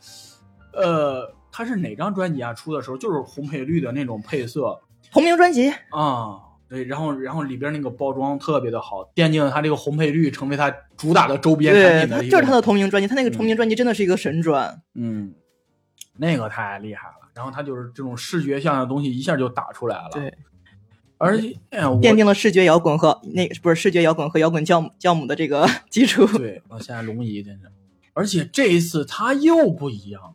S1: 呃，他是哪张专辑啊？出的时候就是红配绿的那种配色
S3: 同名专辑，
S1: 啊。对，然后然后里边那个包装特别的好，奠定了他这个红配绿成为他主打的周边嗯产
S3: 对，
S1: 品
S3: 它
S1: 的一
S3: 就
S1: 个。
S3: 是它的同名专辑，它那个同名专辑真的是一个神专。
S1: 嗯，那个太厉害了。然后他就是这种视觉像的东西一下就打出来了。
S3: 对，
S1: 而且哎呀我
S3: 奠定了视觉摇滚和那不是视觉摇滚和摇滚教母教母的这个 基础。
S1: 对，啊，现在龙姨真是，而且这一次他又不一样，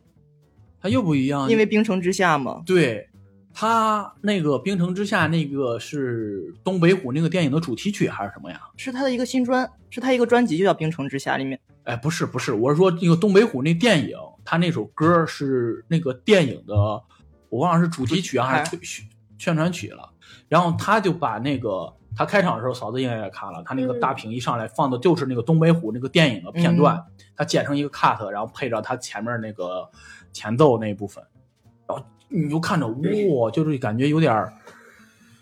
S1: 他又不一样，
S3: 因为冰城之下嘛，
S1: 对他那个《冰城之下》那个是东北虎那个电影的主题曲还是什么呀？
S3: 是他的一个新专，是他一个专辑就叫《冰城之下》，里面
S1: 哎，不是不是，我是说那个东北虎那电影，他那首歌是那个电影的，我忘了是主题曲啊还是推宣宣传曲了。然后他就把那个他开场的时候，嫂子应该也看了，他那个
S4: 嗯
S1: 大屏一上来放的就是那个东北虎那个电影的片段，他剪成一个 cut，然后配着他前面那个前奏那一部分，然后你就看着哇，就是感觉有点儿。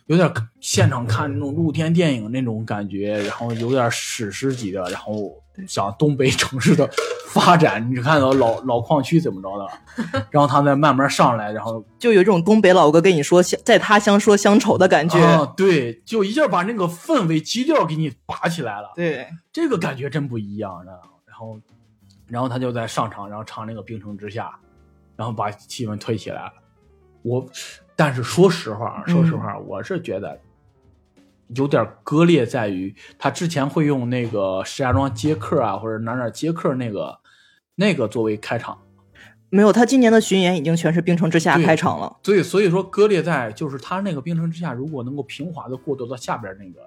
S1: 有点现场看那种露天电影那种感觉，然后有点史诗级的，然后想东北城市的发展，你看到老老矿区怎么着的，然后他再慢慢上来，然后
S3: 就有一种东北老哥跟你说相在他乡说乡愁的感觉。
S1: 啊，对，就一下把那个氛围基调给你拔起来了，
S3: 对，
S1: 这个感觉真不一样的。然后，然后他就在上场，然后唱那个《冰城之下》，然后把气氛推起来了。我，但是说实话啊，
S3: 嗯
S1: 说实话，我是觉得有点割裂，在于他之前会用那个石家庄接客啊，或者哪哪接客那个那个作为开场。
S3: 没有他今年的巡演已经全是冰城之下
S1: 对
S3: 开场了。
S1: 所以所以说割裂在就是他那个冰城之下，如果能够平滑的过渡到下边那个，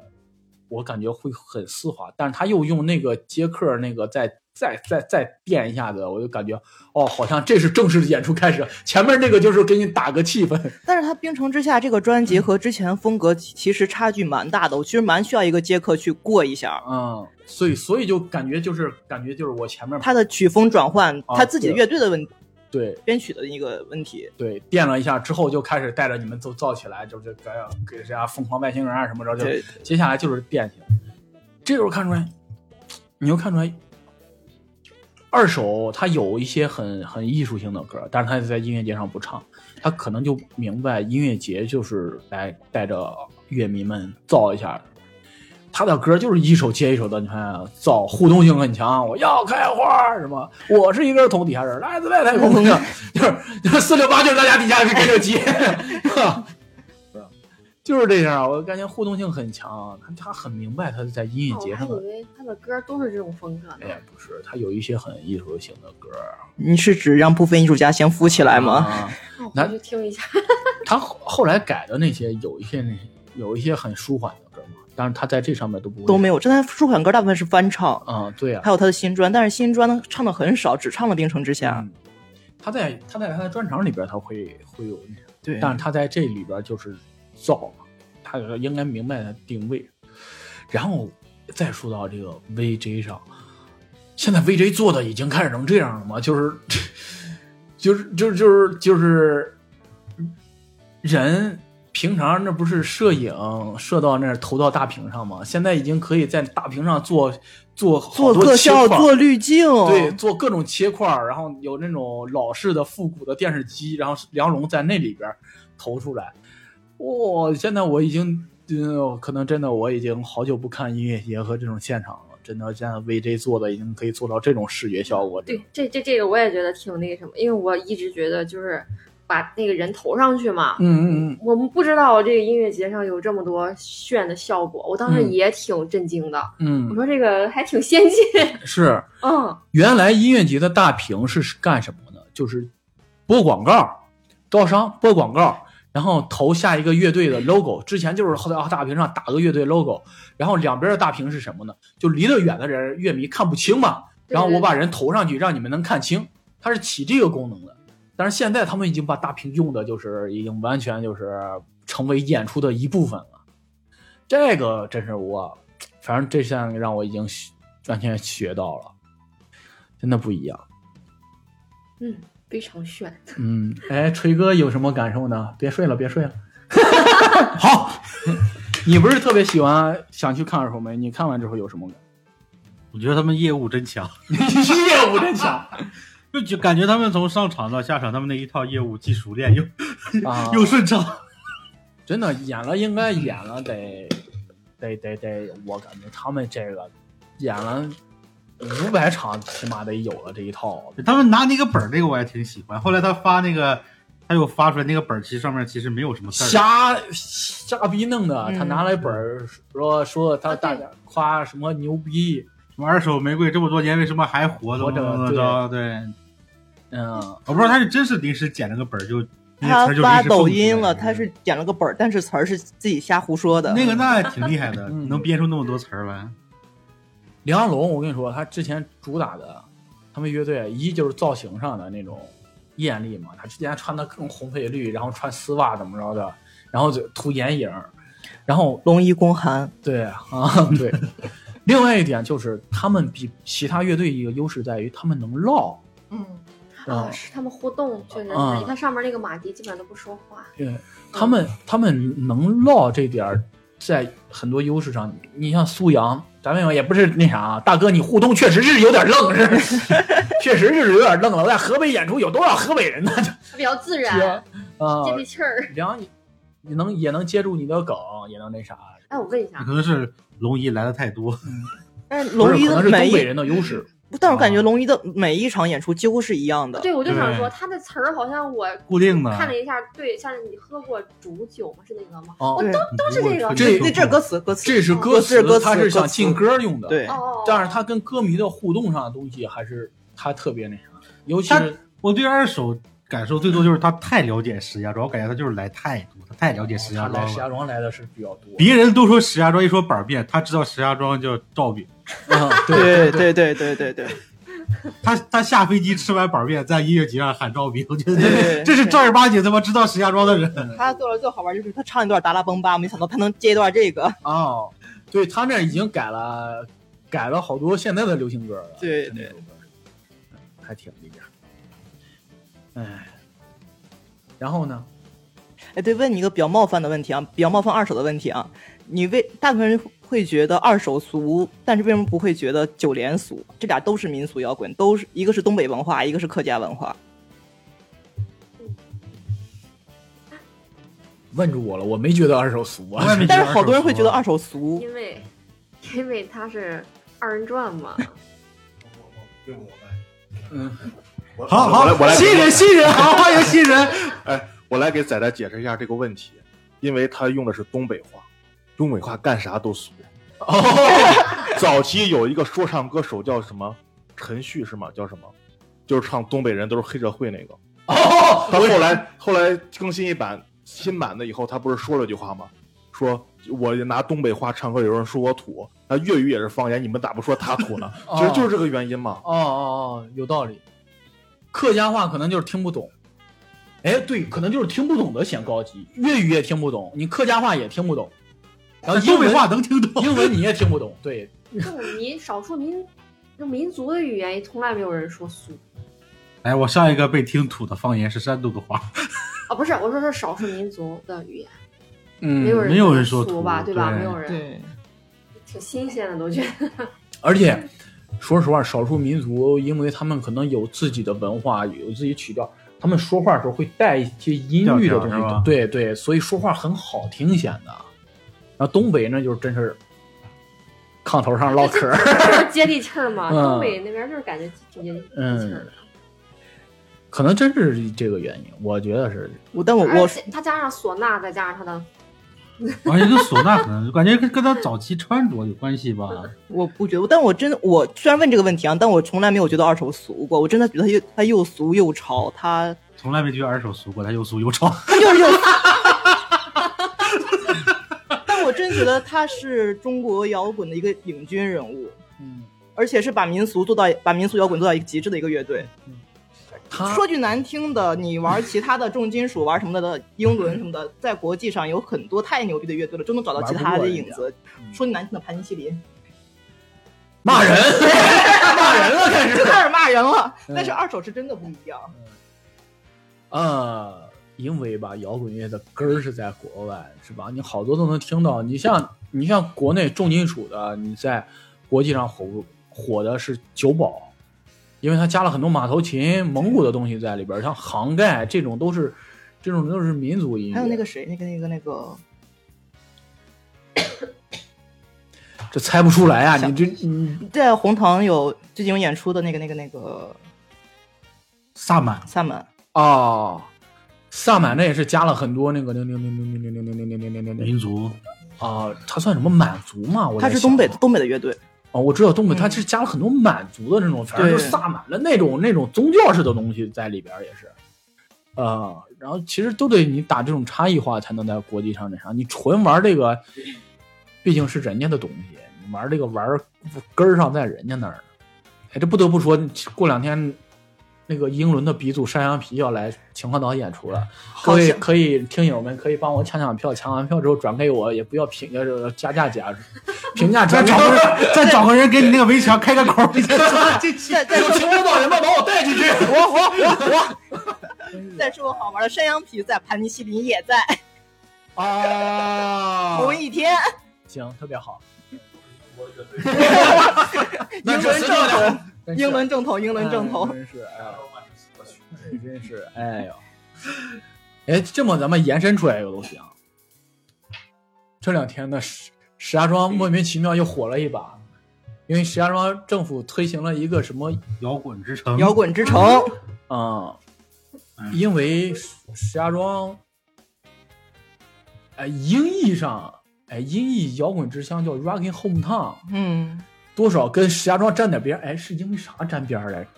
S1: 我感觉会很丝滑。但是他又用那个接客那个再再再再垫一下子，我就感觉哦，好像这是正式的演出开始，前面那个就是给你打个气氛。
S3: 但是他冰城之下这个专辑和之前风格其其实差距蛮大的，我其实蛮需要一个接客去过一下。
S1: 嗯，所以所以就感觉就是感觉就是我前面
S3: 他的曲风转换，
S1: 啊
S3: 他自己的
S1: 对
S3: 乐队的问
S1: 对
S3: 编曲的一个问题。
S1: 对垫了一下之后，就开始带着你们都造起来，就就给给人家疯狂外星人啊什么着就
S3: 对，
S1: 接下来就是电器了。这时候看出来，你就看出来，二手它有一些很很艺术性的歌，但是它在音乐节上不唱，他可能就明白音乐节就是来带着乐迷们造一下的。他的歌就是一首接一首的，你看啊造互动性很强。我要开花什么？我是一根桶底下人，来自外太空的，就是就是四六八，就是大家底下跟着接， 就是这样。我感觉互动性很强，他他很明白他在音乐节
S4: 哦我还
S1: 上的
S4: 以为他的歌都是这种风格呢
S1: 哎。呀，不是，他有一些很艺术性的歌儿，
S3: 你是指让部分艺术家先富起来吗？
S1: 啊
S4: 那我
S1: 那
S4: 回去听一下。
S1: 他后后来改的那些有一些那有一些很舒缓的歌嘛，但是他在这上面都不会
S3: 都没有，这他舒缓歌大部分是翻唱，
S1: 啊、对啊
S3: 还，有他的新专，但是新专呢唱的很少，只唱了《冰城之下》
S1: 嗯他在他在他的专场里边他会会有那啥，
S3: 对，
S1: 但是他在这里边就是造嘛，他应该明白他定位。然后再说到这个 VJ 上，现在 VJ 做的已经开始成这样了吗？就是，就是，就是，就是，就是人平常那不是摄影射到那儿投到大屏上吗？现在已经可以在大屏上做做好
S3: 做
S1: 多
S3: 特
S1: 切
S3: 效、
S1: 块儿
S3: 做滤镜，
S1: 对，做各种切块儿，然后有那种老式的复古的电视机，然后梁龙在那里边儿投出来。哇、现在我已经，嗯，可能真的我已经好久不看音乐节和这种现场了。真的，现在 VJ 做的已经可以做到这种视觉效果。
S4: 对，这这这个我也觉得挺那个什么，因为我一直觉得就是把那个人投上去嘛，
S1: 嗯嗯嗯，
S4: 我们不知道这个音乐节上有这么多炫的效果，我当时
S1: 嗯
S4: 也挺震惊的。我
S1: 嗯，
S4: 说这个还挺先 进，
S1: 是
S4: 嗯，
S1: 原来音乐节的大屏是干什么呢？就是播广告，招商播广告，然后投下一个乐队的 logo。之前就是在大屏上打个乐队 logo，然后两边的大屏是什么呢？就离得远的人乐迷看不清嘛，
S4: 对
S1: 然后我把人投上去，让你们能看清，它是起这个功能的。但是现在他们已经把大屏用的就是已经完全就是成为演出的一部分了。这个真是我，反正这项让我已经学完全学到了，真的不一样。
S4: 嗯，非常炫。
S1: 嗯，哎，锤哥有什么感受呢？别睡了，别睡了。 好， 你不是特别喜欢想去看二手玫？你看完之后有什么感？
S2: 我觉得他们业务真强，
S1: 业务真强
S2: 就就感觉他们从上场到下场，他们那一套业务既熟练又
S1: 啊！
S2: 又顺畅。
S1: 真的演了，应该演了得得得得，我感觉他们这个演了五百场，起码得有了这一套。
S2: 他们拿那个本儿，那个我也挺喜欢。后来他发那个，他又发出来那个本儿，其实上面其实没有什么字儿。
S1: 瞎瞎逼弄的，他
S3: 嗯
S1: 拿了一本儿说说他大家夸什么牛逼，
S2: 什么二手玫瑰这么多年为什么还活？怎
S1: 活
S2: 么
S1: 着
S2: 怎么着？对，
S1: 嗯，
S2: 我不知道他是真是临时捡了个本儿就那个
S3: 他
S2: 词儿就临
S3: 发
S2: 时蹦出来
S3: 抖音了，
S2: 的嗯
S3: 他是捡了个本儿，但是词儿是自己瞎胡说的。
S2: 那个那挺厉害的，
S1: 嗯
S2: 能编出那么多词儿来。
S1: 梁龙，我跟你说，他之前主打的他们乐队一就是造型上的那种艳丽嘛，他之前穿的更红配绿，然后穿丝袜怎么着的，然后就涂眼影儿，然后
S3: 龙一公韩，
S1: 对啊， 对。另外一点就是，他们比其他乐队一个优势在于他们能唠，
S4: 嗯，
S1: 嗯
S4: 啊，是他们互动，确实是，
S1: 嗯
S4: 你看上面那个马迪基本上都不说话。
S1: 对他们，他们能唠这点儿，在很多优势上，你像苏阳，咱们也不是那啥啊，大哥，你互动确实是有点愣，是， 确实是有点愣了。在河北演出有多少河北人呢？
S4: 他比较自
S1: 接
S4: 然，
S1: 啊
S4: 接，地气儿。
S1: 梁，你你能也能接住你的梗，也能那啥，
S4: 哎，我问一
S2: 那
S4: 下
S2: 可，能是龙一来的太多，
S3: 但是
S1: 不是
S3: 龙一
S1: 可
S3: 的
S1: 能是
S3: 每
S1: 东北
S3: 一，
S1: 人的啊优势。
S3: 但是我感觉龙一的每一场演出几乎是一样的。
S4: 对我就想
S2: 对
S4: 说，他的词儿好像我
S2: 固定的。
S4: 看了一下，对，像是你喝过煮酒吗？是那个吗？
S1: 哦
S4: 我
S3: 对
S4: 都都是这个。
S1: 这
S3: 那这是歌词，歌词
S1: 这是歌
S3: 歌词
S1: 词，
S3: 歌词
S1: 他是想
S3: 歌词
S1: 进歌用的，
S3: 对
S4: 哦，哦，
S1: 但
S4: 哦
S1: 是他跟歌迷的互动上的东西还是他特别那啥，尤其
S2: 他
S1: 是
S2: 我对二手感受最多就是他太了解石家庄，我感觉他就是来太多，他太了解石家
S1: 哦他来
S2: 庄
S1: 石
S2: 了。
S1: 家庄来的是比较多。
S2: 别人都说石家庄，一说板面，他知道石家庄叫赵饼。
S1: 啊，
S3: 对对对对对对，
S2: 他他下飞机吃完板面，在音乐节上喊赵饼，我觉得
S3: 对
S2: 这是
S3: 对
S2: 正儿八经他妈知道石家庄的人。
S1: 嗯
S3: 他做的最好玩就是他唱一段《达拉崩吧》，没想到他能接一段这个。
S1: 哦，对他那已经改了，改了好多现在的流行歌了。
S3: 对
S1: 真的有歌，还挺厉害。哎，然后呢？
S3: 哎，对，问你一个比较冒犯的问题啊，比较冒犯二手的问题啊，你为大部分人会觉得二手俗，但是为什么不会觉得九连俗？这俩都是民俗摇滚，都是一个是东北文化，一个是客家文化。
S1: 问住我了，我没觉得二手俗啊
S2: 我。也没觉得
S3: 但是好多人会觉得
S2: 二
S3: 二手俗，
S4: 因为因为他是二人转嘛。
S5: 用我来，
S1: 嗯，
S5: 我
S2: 好
S5: 我来我
S2: 好，
S5: 来
S2: 新人新 人，好欢迎新人。
S5: 哎，我来给仔仔解释一下这个问题，因为他用的是东北话，东北话干啥都俗。
S2: 哦
S5: 早期有一个说唱歌手叫什么陈旭是吗？叫什么？就是唱东北人都是黑社会那个。
S1: 哦，
S5: 他后来后来更新一版新版的以后，他不是说了句话吗？说我拿东北话唱歌，有人说我土，那粤语也是方言，你们咋不说他 土呢？
S1: 哦
S5: 其实就是这个原因嘛。
S1: 哦哦哦，有道理。客家话可能就是听不懂。哎，对，可能就是听不懂的显高级，粤语也听不懂，你客家话也听不懂，然后
S2: 东
S1: 英
S2: 北
S1: 文
S2: 话能听懂，
S1: 英文你也听不 懂，对，
S4: 这种民少数民就民族的语言，从来没有人说俗
S2: 哎，我 上一个被听土的方言是山东的话，
S4: 哦啊，不是，我说是少数民族的语言。
S1: 嗯
S4: 没有人
S2: 没有人说
S4: 图
S2: 图
S4: 吧，吧？
S2: 对
S4: 没有人，
S3: 对，
S4: 挺新鲜的，我觉得。
S1: 而且说实话，少数民族因为他们可能有自己的文化，有自己曲调，他们说话的时候会带一些音律的
S2: 调
S1: 东
S2: 调是吧
S1: 西，对对，所以说话很好听显得。然后东北呢，就是真是炕头上唠嗑儿，
S4: 就是接地气儿嘛，
S1: 嗯
S4: 东北那边就是感觉挺接地气儿
S1: 嗯
S4: 的。，
S1: 可能真是这个原因，我觉得是。
S3: 我但我
S4: 而
S3: 我
S4: 且他加上唢呐，再加上他的，
S2: 而且跟唢呐可能感觉跟跟他早期穿着有关系吧。
S3: 我不觉得，但我真的我虽然问这个问题啊，但我从来没有觉得二手俗过，我真的觉得他又他又俗又潮，他
S2: 从来没觉得二手俗过，他又俗又潮。
S3: 他就是又。 但我真觉得他是中国摇滚的一个领军人物，
S1: 嗯，
S3: 而且是把民俗做到把民俗摇滚做到一个极致的一个乐队。
S1: 他
S3: 说句难听的，你玩其他的重金属玩什么的，英伦什么的，在国际上有很多太牛逼的乐队了，就能找到其他的影子。说句难听的，盘尼西林
S1: 骂人，骂人了，开
S3: 就
S1: 始。
S3: 开始骂人了，
S1: 嗯
S3: 但是二手是真的不一样。
S1: 呃，因为吧，摇滚乐的根儿是在国外，是吧？你好多都能听到。你像你像国内重金属的，你在国际上火火的是九保，因为它加了很多马头琴、蒙古的东西在里边儿，像杭盖这种都是这种都是民族音乐。
S3: 还有那个谁，那个那个那个，
S1: 这猜不出来啊！
S3: 像
S1: 你这你
S3: 在红糖有最近有演出的那个那个那个
S2: 萨满
S3: 萨满，
S1: 哦，萨满那也是加了很多那个零零零零零零零零零零零零
S2: 民族，
S1: 啊，它算什么满族嘛？我在
S3: 他是
S1: 想
S3: 东北东北的乐 队，
S1: 哦，我知道东北
S3: 嗯
S1: 它是加了很多满族的那种，反正就是
S3: 对
S1: 萨满的那种那种宗教式的东西在里边儿也是，呃，然后其实都得你打这种差异化才能在国际上那啥，你纯玩这个，毕竟是人家的东西，你玩这个玩儿根儿上在人家那儿呢。哎，这不得不说，过两天那个英伦的鼻祖山羊皮要来秦皇岛演出了，各
S3: 好
S1: 位
S3: 像
S1: 可以听友们可以帮我抢抢票，抢完票之后转给我，也不要评呃加价 加评价加
S2: 再找个人，再找个人给你那个围墙开个口。这
S3: 再再说
S1: 秦皇岛人吗？把我带进去！我我
S3: 再说好玩的山羊皮在，盘尼西林也在，
S1: 我啊！
S3: 同一 天，
S1: 行，特别好。
S3: 英伦正统，
S1: 真是
S3: 英伦正统，英伦正统
S1: 哎。真是哎呦，真是哎呦， 哎，这么咱们延伸出来一个东西啊，这两天呢，石石家庄莫名其妙又火了一把，因为石家庄政府推行了一个什么
S2: 摇滚之城，
S3: 摇滚之城，
S1: 啊、
S2: 嗯
S1: 因为石石家庄，哎，音译上，哎，音译摇滚之乡叫 Rockin' Hometown，
S3: 嗯，
S1: 多少跟石家庄沾点边儿，哎，是因为啥沾边儿来着？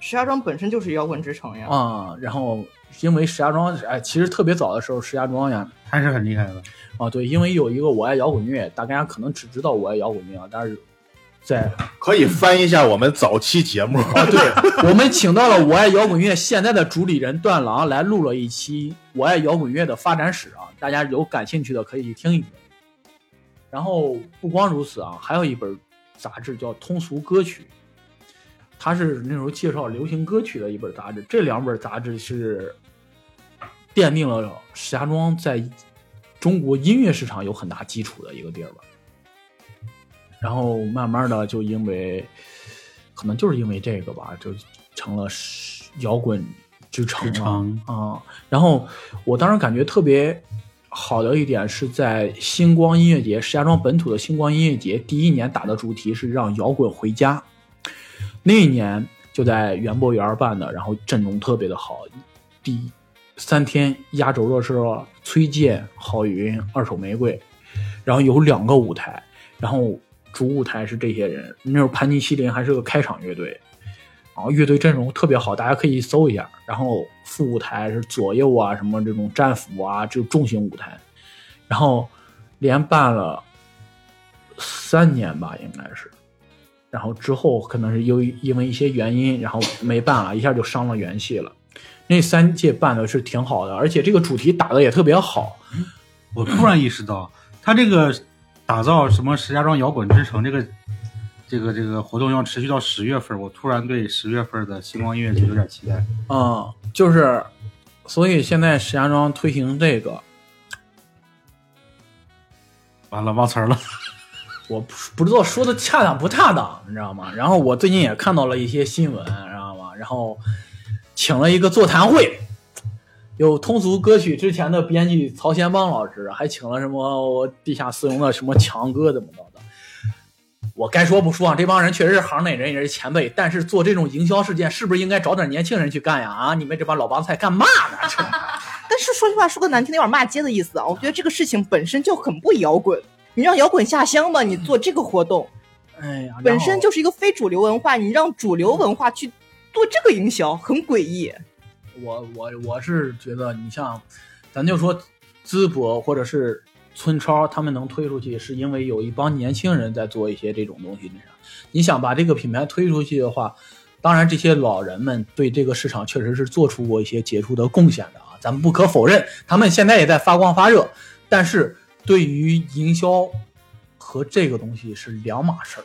S3: 石家庄本身就是摇滚之城呀。
S1: 啊、然后因为石家庄，哎，其实特别早的时候，石家庄呀，
S2: 还是很厉害的。
S1: 啊，对，因为有一个我爱摇滚乐，大家可能只知道我爱摇滚乐啊，但是在
S5: 可以翻一下我们早期节目。啊、 对，
S1: 我们请到了我爱摇滚乐现在的主理人段郎来录了一期我爱摇滚乐的发展史啊，大家有感兴趣的可以去听一听。然后不光如此啊，还有一本杂志叫《通俗歌曲》，它是那时候介绍流行歌曲的一本杂志。这两本杂志是奠定了石家庄在中国音乐市场有很大基础的一个地儿吧。然后慢慢的就因为，可能就是因为这个吧，就成了石摇滚之城
S2: 之
S1: 了
S2: 城
S1: 啊、然后我当时感觉特别好的一点是在星光音乐节，石家庄本土的星光音乐节第一年打的主题是让摇滚回家。那一年就在园博园办的，然后阵容特别的好，第三天压轴的是崔健、郝云、二手玫瑰，然后有两个舞台，然后主舞台是这些人，那时候盘尼西林还是个开场乐队，然后乐队阵容特别好，大家可以搜一下。然后副舞台是左右啊，什么这种战斧啊，这种重型舞台，然后连办了三年吧，应该是。然后之后可能是由于因为一些原因，然后没办了，一下就伤了元气了。那三届办的是挺好的，而且这个主题打的也特别好。
S2: 我突然意识到，他这个打造什么石家庄摇滚之城这个这个这个活动要持续到十月份，我突然对十月份的星光音乐节有点期待。
S1: 嗯，就是，所以现在石家庄推行这个，
S2: 完了忘词儿了，
S1: 我不不知道说的恰当不恰当，你知道吗？然后我最近也看到了一些新闻，知道吗？然后请了一个座谈会，有通俗歌曲之前的编剧曹贤邦老师，还请了什么我地下丝绒的什么强哥怎么着的。我该说不说啊，这帮人确实是行内人，也是前辈，但是做这种营销事件，是不是应该找点年轻人去干呀？啊，你们这帮老帮菜干嘛呢？这
S3: 但是说句话，说个难听的，有点骂街的意思啊。我觉得这个事情本身就很不摇滚，你让摇滚下乡吧，你做这个活动
S1: 哎呀，
S3: 本身
S1: 就。
S3: 就是一个非主流文化，你让主流文化去做这个营销，很诡异。
S1: 我我我是觉得，你像，咱就说淄博或者是村超，他们能推出去，是因为有一帮年轻人在做一些这种东西。那啥，你想把这个品牌推出去的话，当然这些老人们对这个市场确实是做出过一些杰出的贡献的啊，咱们不可否认，他们现在也在发光发热。但是对于营销和这个东西是两码事儿，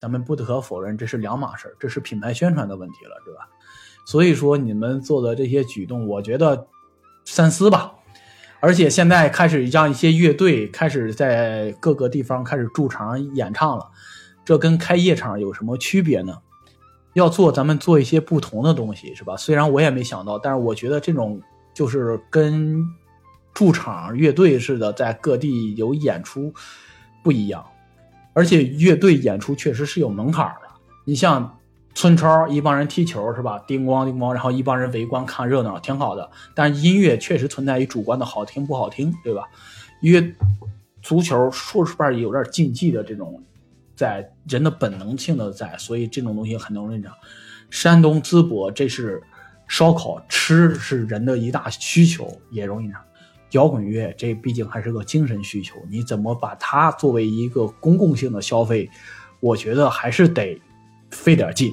S1: 咱们不可否认，这是两码事儿，这是品牌宣传的问题了，对吧？所以说你们做的这些举动，我觉得三思吧。而且现在开始让一些乐队开始在各个地方开始驻场演唱了，这跟开夜场有什么区别呢？要做，咱们做一些不同的东西，是吧？虽然我也没想到，但是我觉得这种就是跟驻场乐队似的，在各地有演出不一样，而且乐队演出确实是有门槛儿的。你像村超一帮人踢球是吧？叮咣叮咣，然后一帮人围观看热闹，挺好的。但是音乐确实存在于主观的好听不好听，对吧？因为足球说实话有点竞技的这种，在人的本能性的在，所以这种东西很容易长。山东淄博这是烧烤吃是人的一大需求，也容易长。摇滚乐这毕竟还是个精神需求，你怎么把它作为一个公共性的消费，我觉得还是得费点劲。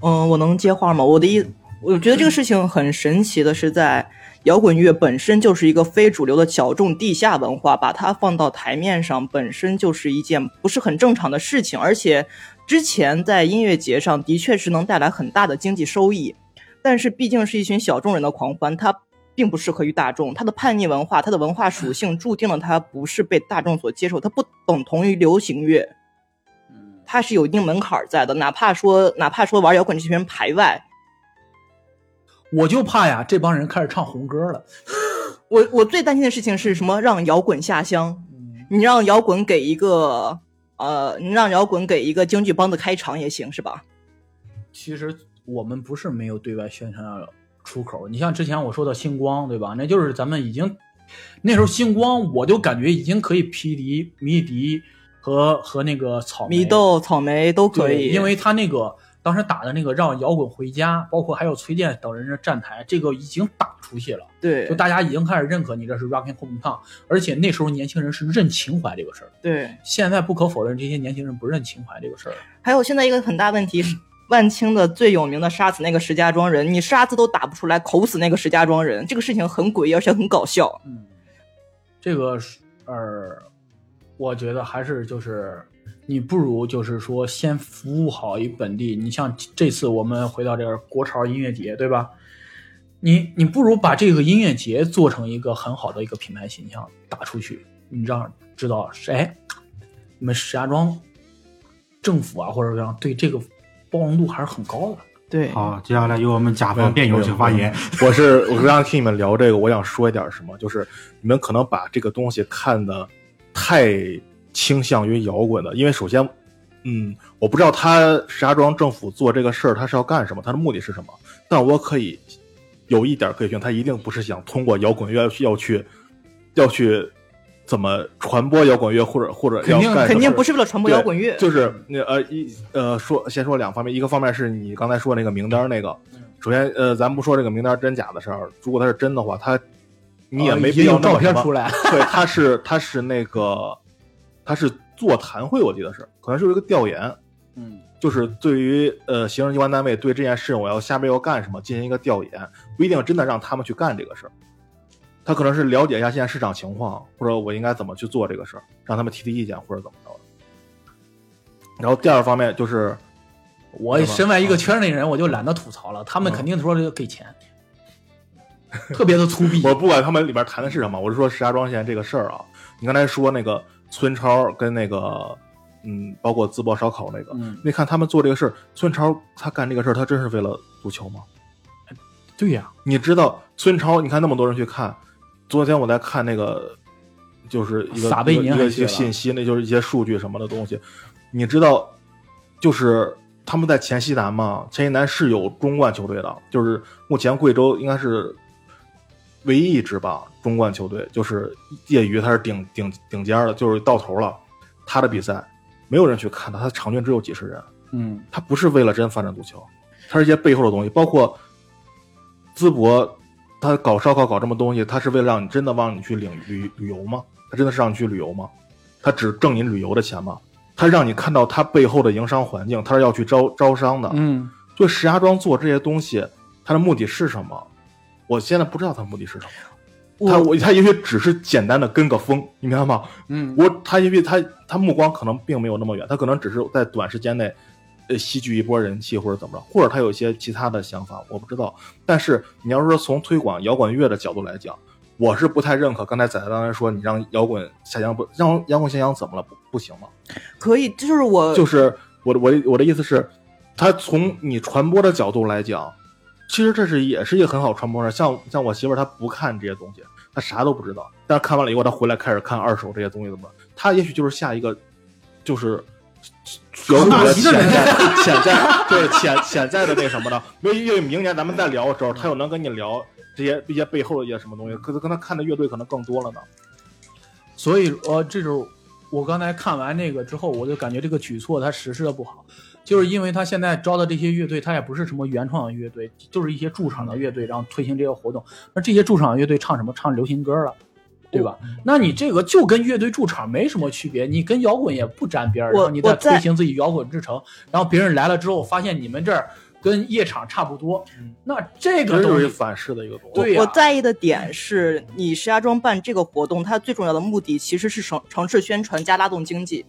S3: 嗯，我能接话吗？我的意，我觉得这个事情很神奇的是在。摇滚乐本身就是一个非主流的小众地下文化，把它放到台面上，本身就是一件不是很正常的事情。而且，之前在音乐节上的确是能带来很大的经济收益，但是毕竟是一群小众人的狂欢，它并不适合于大众。它的叛逆文化，它的文化属性注定了它不是被大众所接受，它不等同于流行乐。它是有一定门槛儿在的，哪怕说哪怕说玩摇滚这群人排外，
S1: 我就怕呀，这帮人开始唱红歌了。
S3: 我我最担心的事情是什么？让摇滚下乡，你让摇滚给一个呃，你让摇滚给一个京剧梆子开场也行，是吧？
S1: 其实我们不是没有对外宣传出口，你像之前我说的星光，对吧？那就是咱们已经那时候星光，我就感觉已经可以匹敌迷笛和和那个草莓
S3: 米豆、草莓都可
S1: 对
S3: 以，
S1: 因为他那个当时打的那个让摇滚回家，包括还有崔健等人的站台，这个已经打出去了。
S3: 对
S1: 就大家已经开始认可你这是 rock and home town，而且那时候年轻人是认情怀这个事儿，
S3: 对，
S1: 现在不可否认，这些年轻人不认情怀这个事儿。
S3: 还有现在一个很大问题是，万青的最有名的杀死那个石家庄人，你杀字都打不出来，口死那个石家庄人，这个事情很诡异，而且很搞笑。
S1: 嗯，这个是呃，我觉得还是就是你不如就是说先服务好一本地。你像这次我们回到这个国潮音乐节，对吧？你你不如把这个音乐节做成一个很好的一个品牌形象打出去，你让知道哎，你们石家庄政府啊，或者让对这个包容度还是很高的。
S3: 对，
S2: 好，接下来由我们甲方辩友请发言。
S5: 我是 我刚刚听你们聊这个，我想说一点什么，就是你们可能把这个东西看得太倾向于摇滚的，因为首先，嗯，我不知道他石家庄政府做这个事儿他是要干什么，他的目的是什么，但我可以有一点可以确定，他一定不是想通过摇滚乐要去要去怎么传播摇滚乐，或者或者要
S1: 肯定
S5: 干什么
S3: 肯定不是为了传播摇滚乐，
S5: 就是那呃一呃说先说两方面，一个方面是你刚才说那个名单儿那个，
S1: 嗯
S5: 首先呃咱不说这个名单儿真假的事儿，如果它是真的话，它你也
S1: 呃
S5: 没
S1: 也
S5: 必要
S1: 有
S5: 那
S1: 照
S5: 么什
S1: 片
S5: 么
S1: 出来，
S5: 对，他是他是那个他是座谈会，我记得是可能是有一个调研，
S1: 嗯，
S5: 就是对于呃行政机关单位对这件事我要下面要干什么进行一个调研，不一定真的让他们去干这个事儿，他可能是了解一下现在市场情况，或者我应该怎么去做这个事儿，让他们提提意见或者怎么着的。然后第二方面就是
S1: 我
S5: 对吧
S1: 身为一个圈内人，我就懒得吐槽了。他们肯定说这给钱，特别的粗鄙。
S5: 我不管他们里边谈的是什么，我是说石家庄现在这个事儿啊，你刚才说那个村超跟那个嗯，包括淄博烧烤那个，
S6: 嗯，
S5: 你看他们做这个事儿，村超他干这个事儿，他真是为了足球吗？
S6: 对呀、
S5: 你知道村超？你看那么多人去看，昨天我在看那个，就是一个
S6: 撒贝宁
S5: 一个
S6: 还
S5: 一个
S6: 去了
S5: 信息，那就是一些数据什么的东西。你知道，就是他们在黔西南嘛，黔西南是有中冠球队的，就是目前贵州应该是唯一一支吧中冠球队，就是业余他是顶顶顶尖儿的，就是到头了。他的比赛没有人去看他，他场均只有几十人。
S6: 嗯，
S5: 他不是为了真发展足球，他是一些背后的东西，包括淄博，他搞烧烤搞这么东西，他是为了让你真的让你去领旅旅游吗？他真的是让你去旅游吗？他只挣你旅游的钱吗？他让你看到他背后的营商环境，他是要去招招商的。
S6: 嗯，
S5: 就石家庄做这些东西，他的目的是什么？我现在不知道他目的是什么。他我他也许只是简单的跟个风，你明白吗？
S6: 嗯，
S5: 我他因为他他目光可能并没有那么远，他可能只是在短时间内，呃，吸聚一波人气或者怎么着，或者他呃有一些其他的想法，我不知道。但是你要是说从推广摇滚乐的角度来讲，我是不太认可刚才仔仔刚才说你让摇滚下乡不让摇滚下乡怎么了不不行吗？
S3: 可以，就是我
S5: 就是我的我的我的意思是，他从你传播的角度来讲，其实这是也是一个很好传播的。像像我媳妇儿，她不看这些东西，她啥都不知道。但是看完了以后，她回来开始看二手这些东西，怎么？她也许就是下一个，就是有
S7: 纳
S5: 的
S7: 西的
S5: 潜
S7: 人
S5: 在潜在就是潜潜在的那什么的。因为因为明年咱们再聊的时候，她又能跟你聊这些这些背后的一些什么东西，可是跟她看的乐队可能更多了呢。
S1: 所以呃，这就是我刚才看完那个之后，我就感觉这个举措它实施的不好，就是因为他现在招的这些乐队，它也不是什么原创的乐队，就是一些驻场的乐队，然后推行这个活动。那这些驻场乐队唱什么？唱流行歌了。对吧？那你这个就跟乐队驻场没什么区别，你跟摇滚也不沾边儿。
S3: 我
S1: 然后你
S3: 我
S1: 再
S3: 在
S1: 推行自己摇滚之城，然后别人来了之后发现你们这儿跟夜场差不多，那这
S5: 其
S1: 个
S5: 实就
S1: 东
S5: 是
S1: 西
S5: 反噬的一个东西。
S1: 对呀、
S3: 我在意的点是，你石家庄办这个活动，它最重要的目的其实是城城市宣传加拉动经济，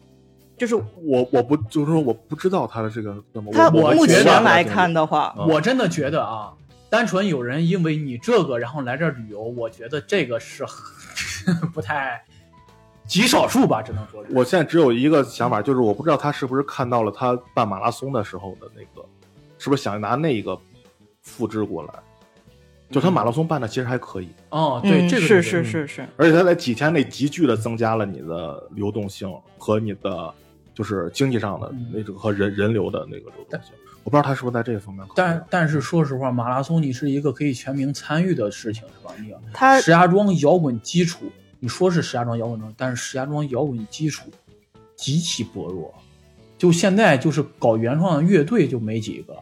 S3: 就是
S5: 我我不就是说我不知道他的这个怎么。
S3: 它
S5: 我
S3: 目
S1: 觉得
S3: 前来看的话，
S5: 啊
S1: 我真的觉得啊，单纯有人因为你这个然后来这儿旅游，我觉得这个是 不太极少数吧，只能说是。
S5: 我现在只有一个想法，就是我不知道他是不是看到了他办马拉松的时候的那个，是不是想拿那个复制过来？就他马拉松办的其实还可以，
S1: 哦，对，
S3: 嗯，
S1: 这个
S3: 是
S1: 对
S3: 是是是，
S5: 而且他在几天内急剧的增加了你的流动性和你的就是经济上的
S1: 嗯
S5: 那种和人人流的那个流动性。我不知道他是不是在这个方面考虑。
S1: 但但是说实话，马拉松你是一个可以全民参与的事情，是吧？你啊要
S3: 它
S1: 石家庄摇滚基础，你说是石家庄摇滚中，但是石家庄摇滚基础极其薄弱，就现在就是搞原创的乐队就没几个，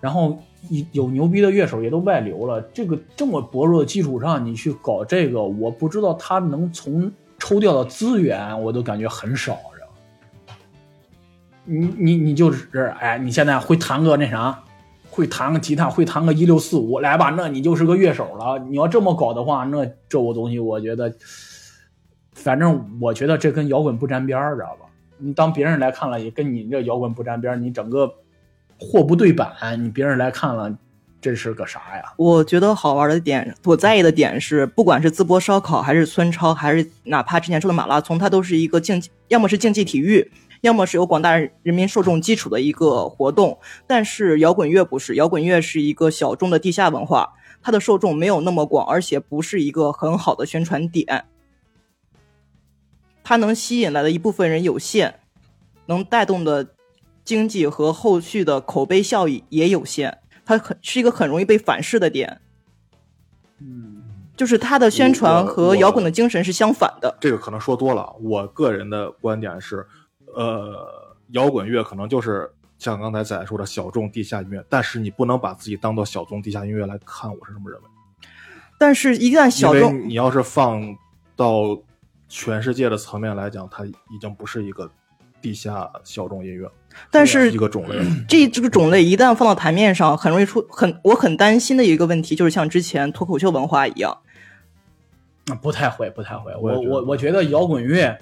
S1: 然后一有牛逼的乐手也都外流了。这个这么薄弱的基础上，你去搞这个，我不知道他能从抽调的资源，我都感觉很少。知道吗你你你就只是哎，你现在会弹个那啥，会弹个吉他，会弹个一六四五，来吧，那你就是个乐手了。你要这么搞的话，那这我东西，我觉得，反正我觉得这跟摇滚不沾边儿，知道吧？你当别人来看了，也跟你这摇滚不沾边儿，你整个货不对版，你别人来看了，这是个啥呀？
S3: 我觉得好玩的点，我在意的点是，不管是淄博烧烤，还是村超，还是哪怕之前说的马拉松，它都是一个竞技，要么是竞技体育，要么是有广大人民受众基础的一个活动。但是摇滚乐不是，摇滚乐是一个小众的地下文化，它的受众没有那么广，而且不是一个很好的宣传点。它能吸引来的一部分人有限，能带动的经济和后续的口碑效益也有限。它很是一个很容易被反噬的点，
S1: 嗯，
S3: 就是它的宣
S5: 我
S3: 传
S5: 我
S3: 和摇滚的精神是相反的。
S5: 这个可能说多了。啊我个人的观点是，呃，摇滚乐可能就是像刚才仔说的小众地下音乐，但是你不能把自己当做小众地下音乐来看，我是这么认为。
S3: 但是，一旦小
S5: 因为
S3: 众，
S5: 你要是放到全世界的层面来讲，它已经不是一个地下小众音乐，
S3: 但
S5: 一
S3: 是
S5: 个种类了。
S3: 这这个种类一旦放到台面上，很容易出很我很担心的一个问题，就是像之前脱口秀文化一样，
S1: 不太会，不太会。
S5: 我也
S1: 我
S5: 觉得
S1: 我我觉得摇滚乐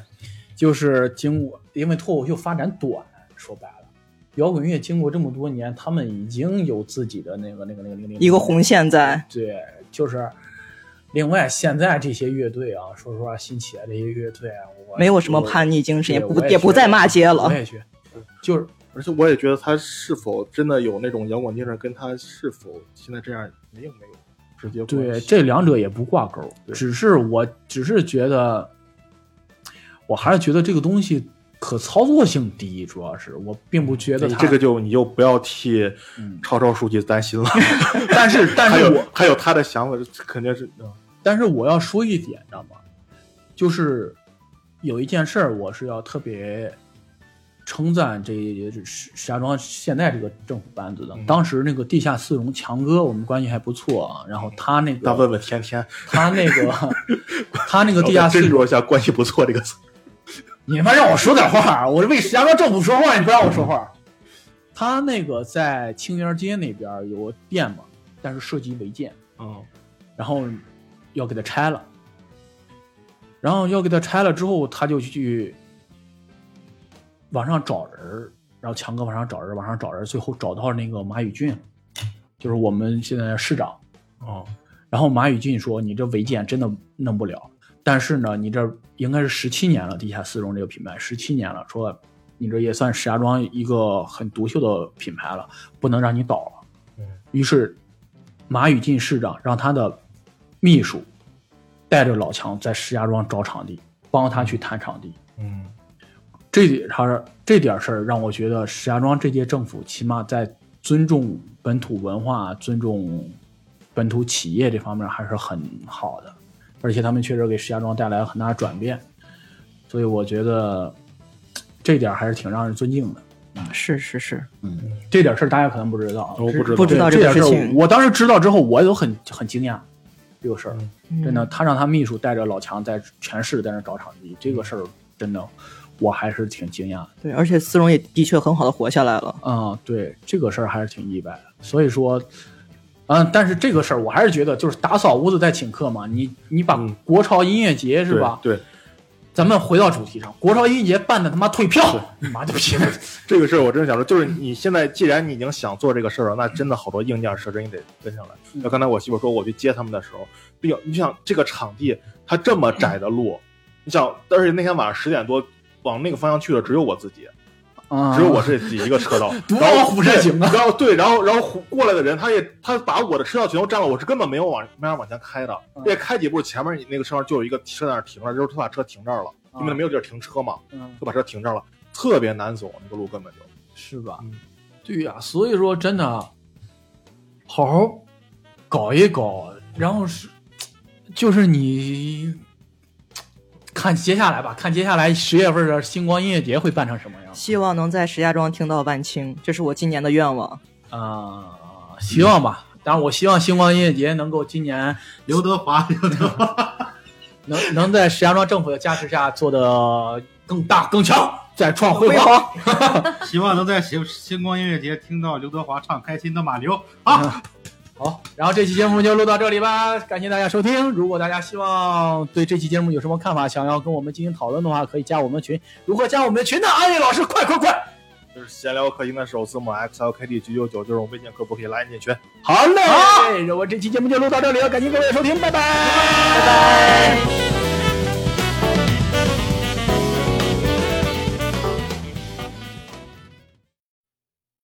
S1: 就是经过，因为脱口秀发展短，说白了，摇滚乐经过这么多年，他们已经有自己的那个那个那个那个那个
S3: 一个红线在。
S1: 对，就是另外，现在这些乐队啊，说实话，新起来这些乐队啊，我
S3: 没有什么叛逆精神，也
S1: 对
S3: 不
S1: 我也
S3: 也不
S1: 觉得
S3: 再骂街了
S1: 我。也去，就是
S5: 而且我也觉得他是否真的有那种摇滚精神，跟他是否现在这样没有没有直接关
S1: 对
S5: 系
S1: 这两者也不挂钩，只是我只是觉得，我还是觉得这个东西可操作性低，主要是我并不觉得
S5: 你
S1: 它
S5: 这个就你就不要替
S3: 嗯
S5: 超超书记担心 了。
S1: 但是但
S5: 还
S1: 是我
S5: 有还有他的想法，这肯定是嗯
S1: 但是我要说一点，知道吗？就是有一件事儿，我是要特别称赞这石石家庄现在这个政府班子的。当时那个地下丝绒强哥，我们关系还不错啊。然后他那个
S5: 那问问天天，
S1: 他那个他那个地下
S5: 要
S1: 丝
S5: 斟
S1: 绒，
S5: 酌一下关系不错这个词。
S1: 你他妈让我说点话，我是为石家庄政府说话，你不让我说话。他那个在青年街那边儿有个店嘛，但是涉及违建。哦
S5: 嗯，
S1: 然后要给它拆了，然后要给它拆了之后，他就去网上找人儿，然后强哥网上找人儿，网上找人儿，最后找到那个马宇俊，就是我们现在的市长。
S5: 哦，
S1: 然后马宇俊说：“你这违建真的弄不了，但是呢，你这应该是十七年了，地下丝绒这个品牌十七年了，说你这也算石家庄一个很独秀的品牌了，不能让你倒了。”于是马宇进市长让他的秘书带着老强在石家庄找场地，帮他去谈场地。
S5: 嗯，
S1: 这点还是这点事儿让我觉得石家庄这届政府起码在尊重本土文化、尊重本土企业这方面还是很好的，而且他们确实给石家庄带来了很大的转变，所以我觉得嘖这点还是挺让人尊敬的。
S3: 是是是，
S1: 这点事儿大家可能不知道，
S5: 我不知道
S3: 不知道
S1: 这
S3: 这
S1: 点
S3: 个事
S1: 事儿
S3: 情，
S1: 我当时知道之后，我都很很惊讶这个事儿。真的，
S3: 嗯
S1: 他让他秘书带着老强在全市在那找场地，这个事儿真的我还是挺惊讶的。
S3: 对，而且丝绒也的确很好的活下来了。
S1: 啊、对这个事儿还是挺意外的。所以说，嗯，但是这个事儿我还是觉得，就是打扫屋子再请客嘛。你你把
S5: 嗯
S1: 国潮音乐节是
S5: 对
S1: 吧？
S5: 对，
S1: 咱们回到主题上，国潮音乐节办的他妈退票，你妈的逼！
S5: 这个事儿我真的想说，就是你现在既然你已经想做这个事儿了，那真的好多硬件设施你得跟上来。那刚才我媳妇说我去接他们的时候，那个你想这个场地它这么窄的路，你想，而且那天晚上十点多往那个方向去的只有我自己，
S1: 啊
S5: 只有我是自己一个车道，
S1: 独
S5: 然
S1: 往
S5: 后
S1: 虎山行啊
S5: 对然后对，然后然后虎过来的人，他也他把我的车道全都占了，我是根本没有往没法往前开的。
S1: 嗯
S5: 这开几步，前面你那个车上就有一个车在那儿停着，就是他把车停这儿了，因为没有地儿停车嘛，
S1: 嗯，
S5: 就把车停这儿了，特别难走那个路根本就。
S1: 是吧？
S5: 嗯
S1: 对呀、所以说真的，好好搞一搞，然后是就是你看接下来吧，看接下来十月份的星光音乐节会办成什么样。
S3: 希望能在石家庄听到万青，这是我今年的愿望。
S1: 啊、希望吧。当然，我希望星光音乐节能够今年
S2: 刘德华，刘德华，
S1: 能能在石家庄政府的加持下做得更大更强，再创辉煌。
S3: 好，
S2: 希望能在星星光音乐节听到刘德华唱《开心的马刘》啊！
S1: 好，然后这期节目就录到这里吧，感谢大家收听。如果大家希望对这期节目有什么看法，想要跟我们进行讨论的话，可以加我们的群。如何加我们的群呢？安利老师，快快快！
S5: 就是闲聊客厅的首字母 XLKD 九九九，就是我微信客服可以拉您进群。
S1: 哎好嘞，我这期节目就录到这里了，感谢各位的收听，拜拜，拜拜。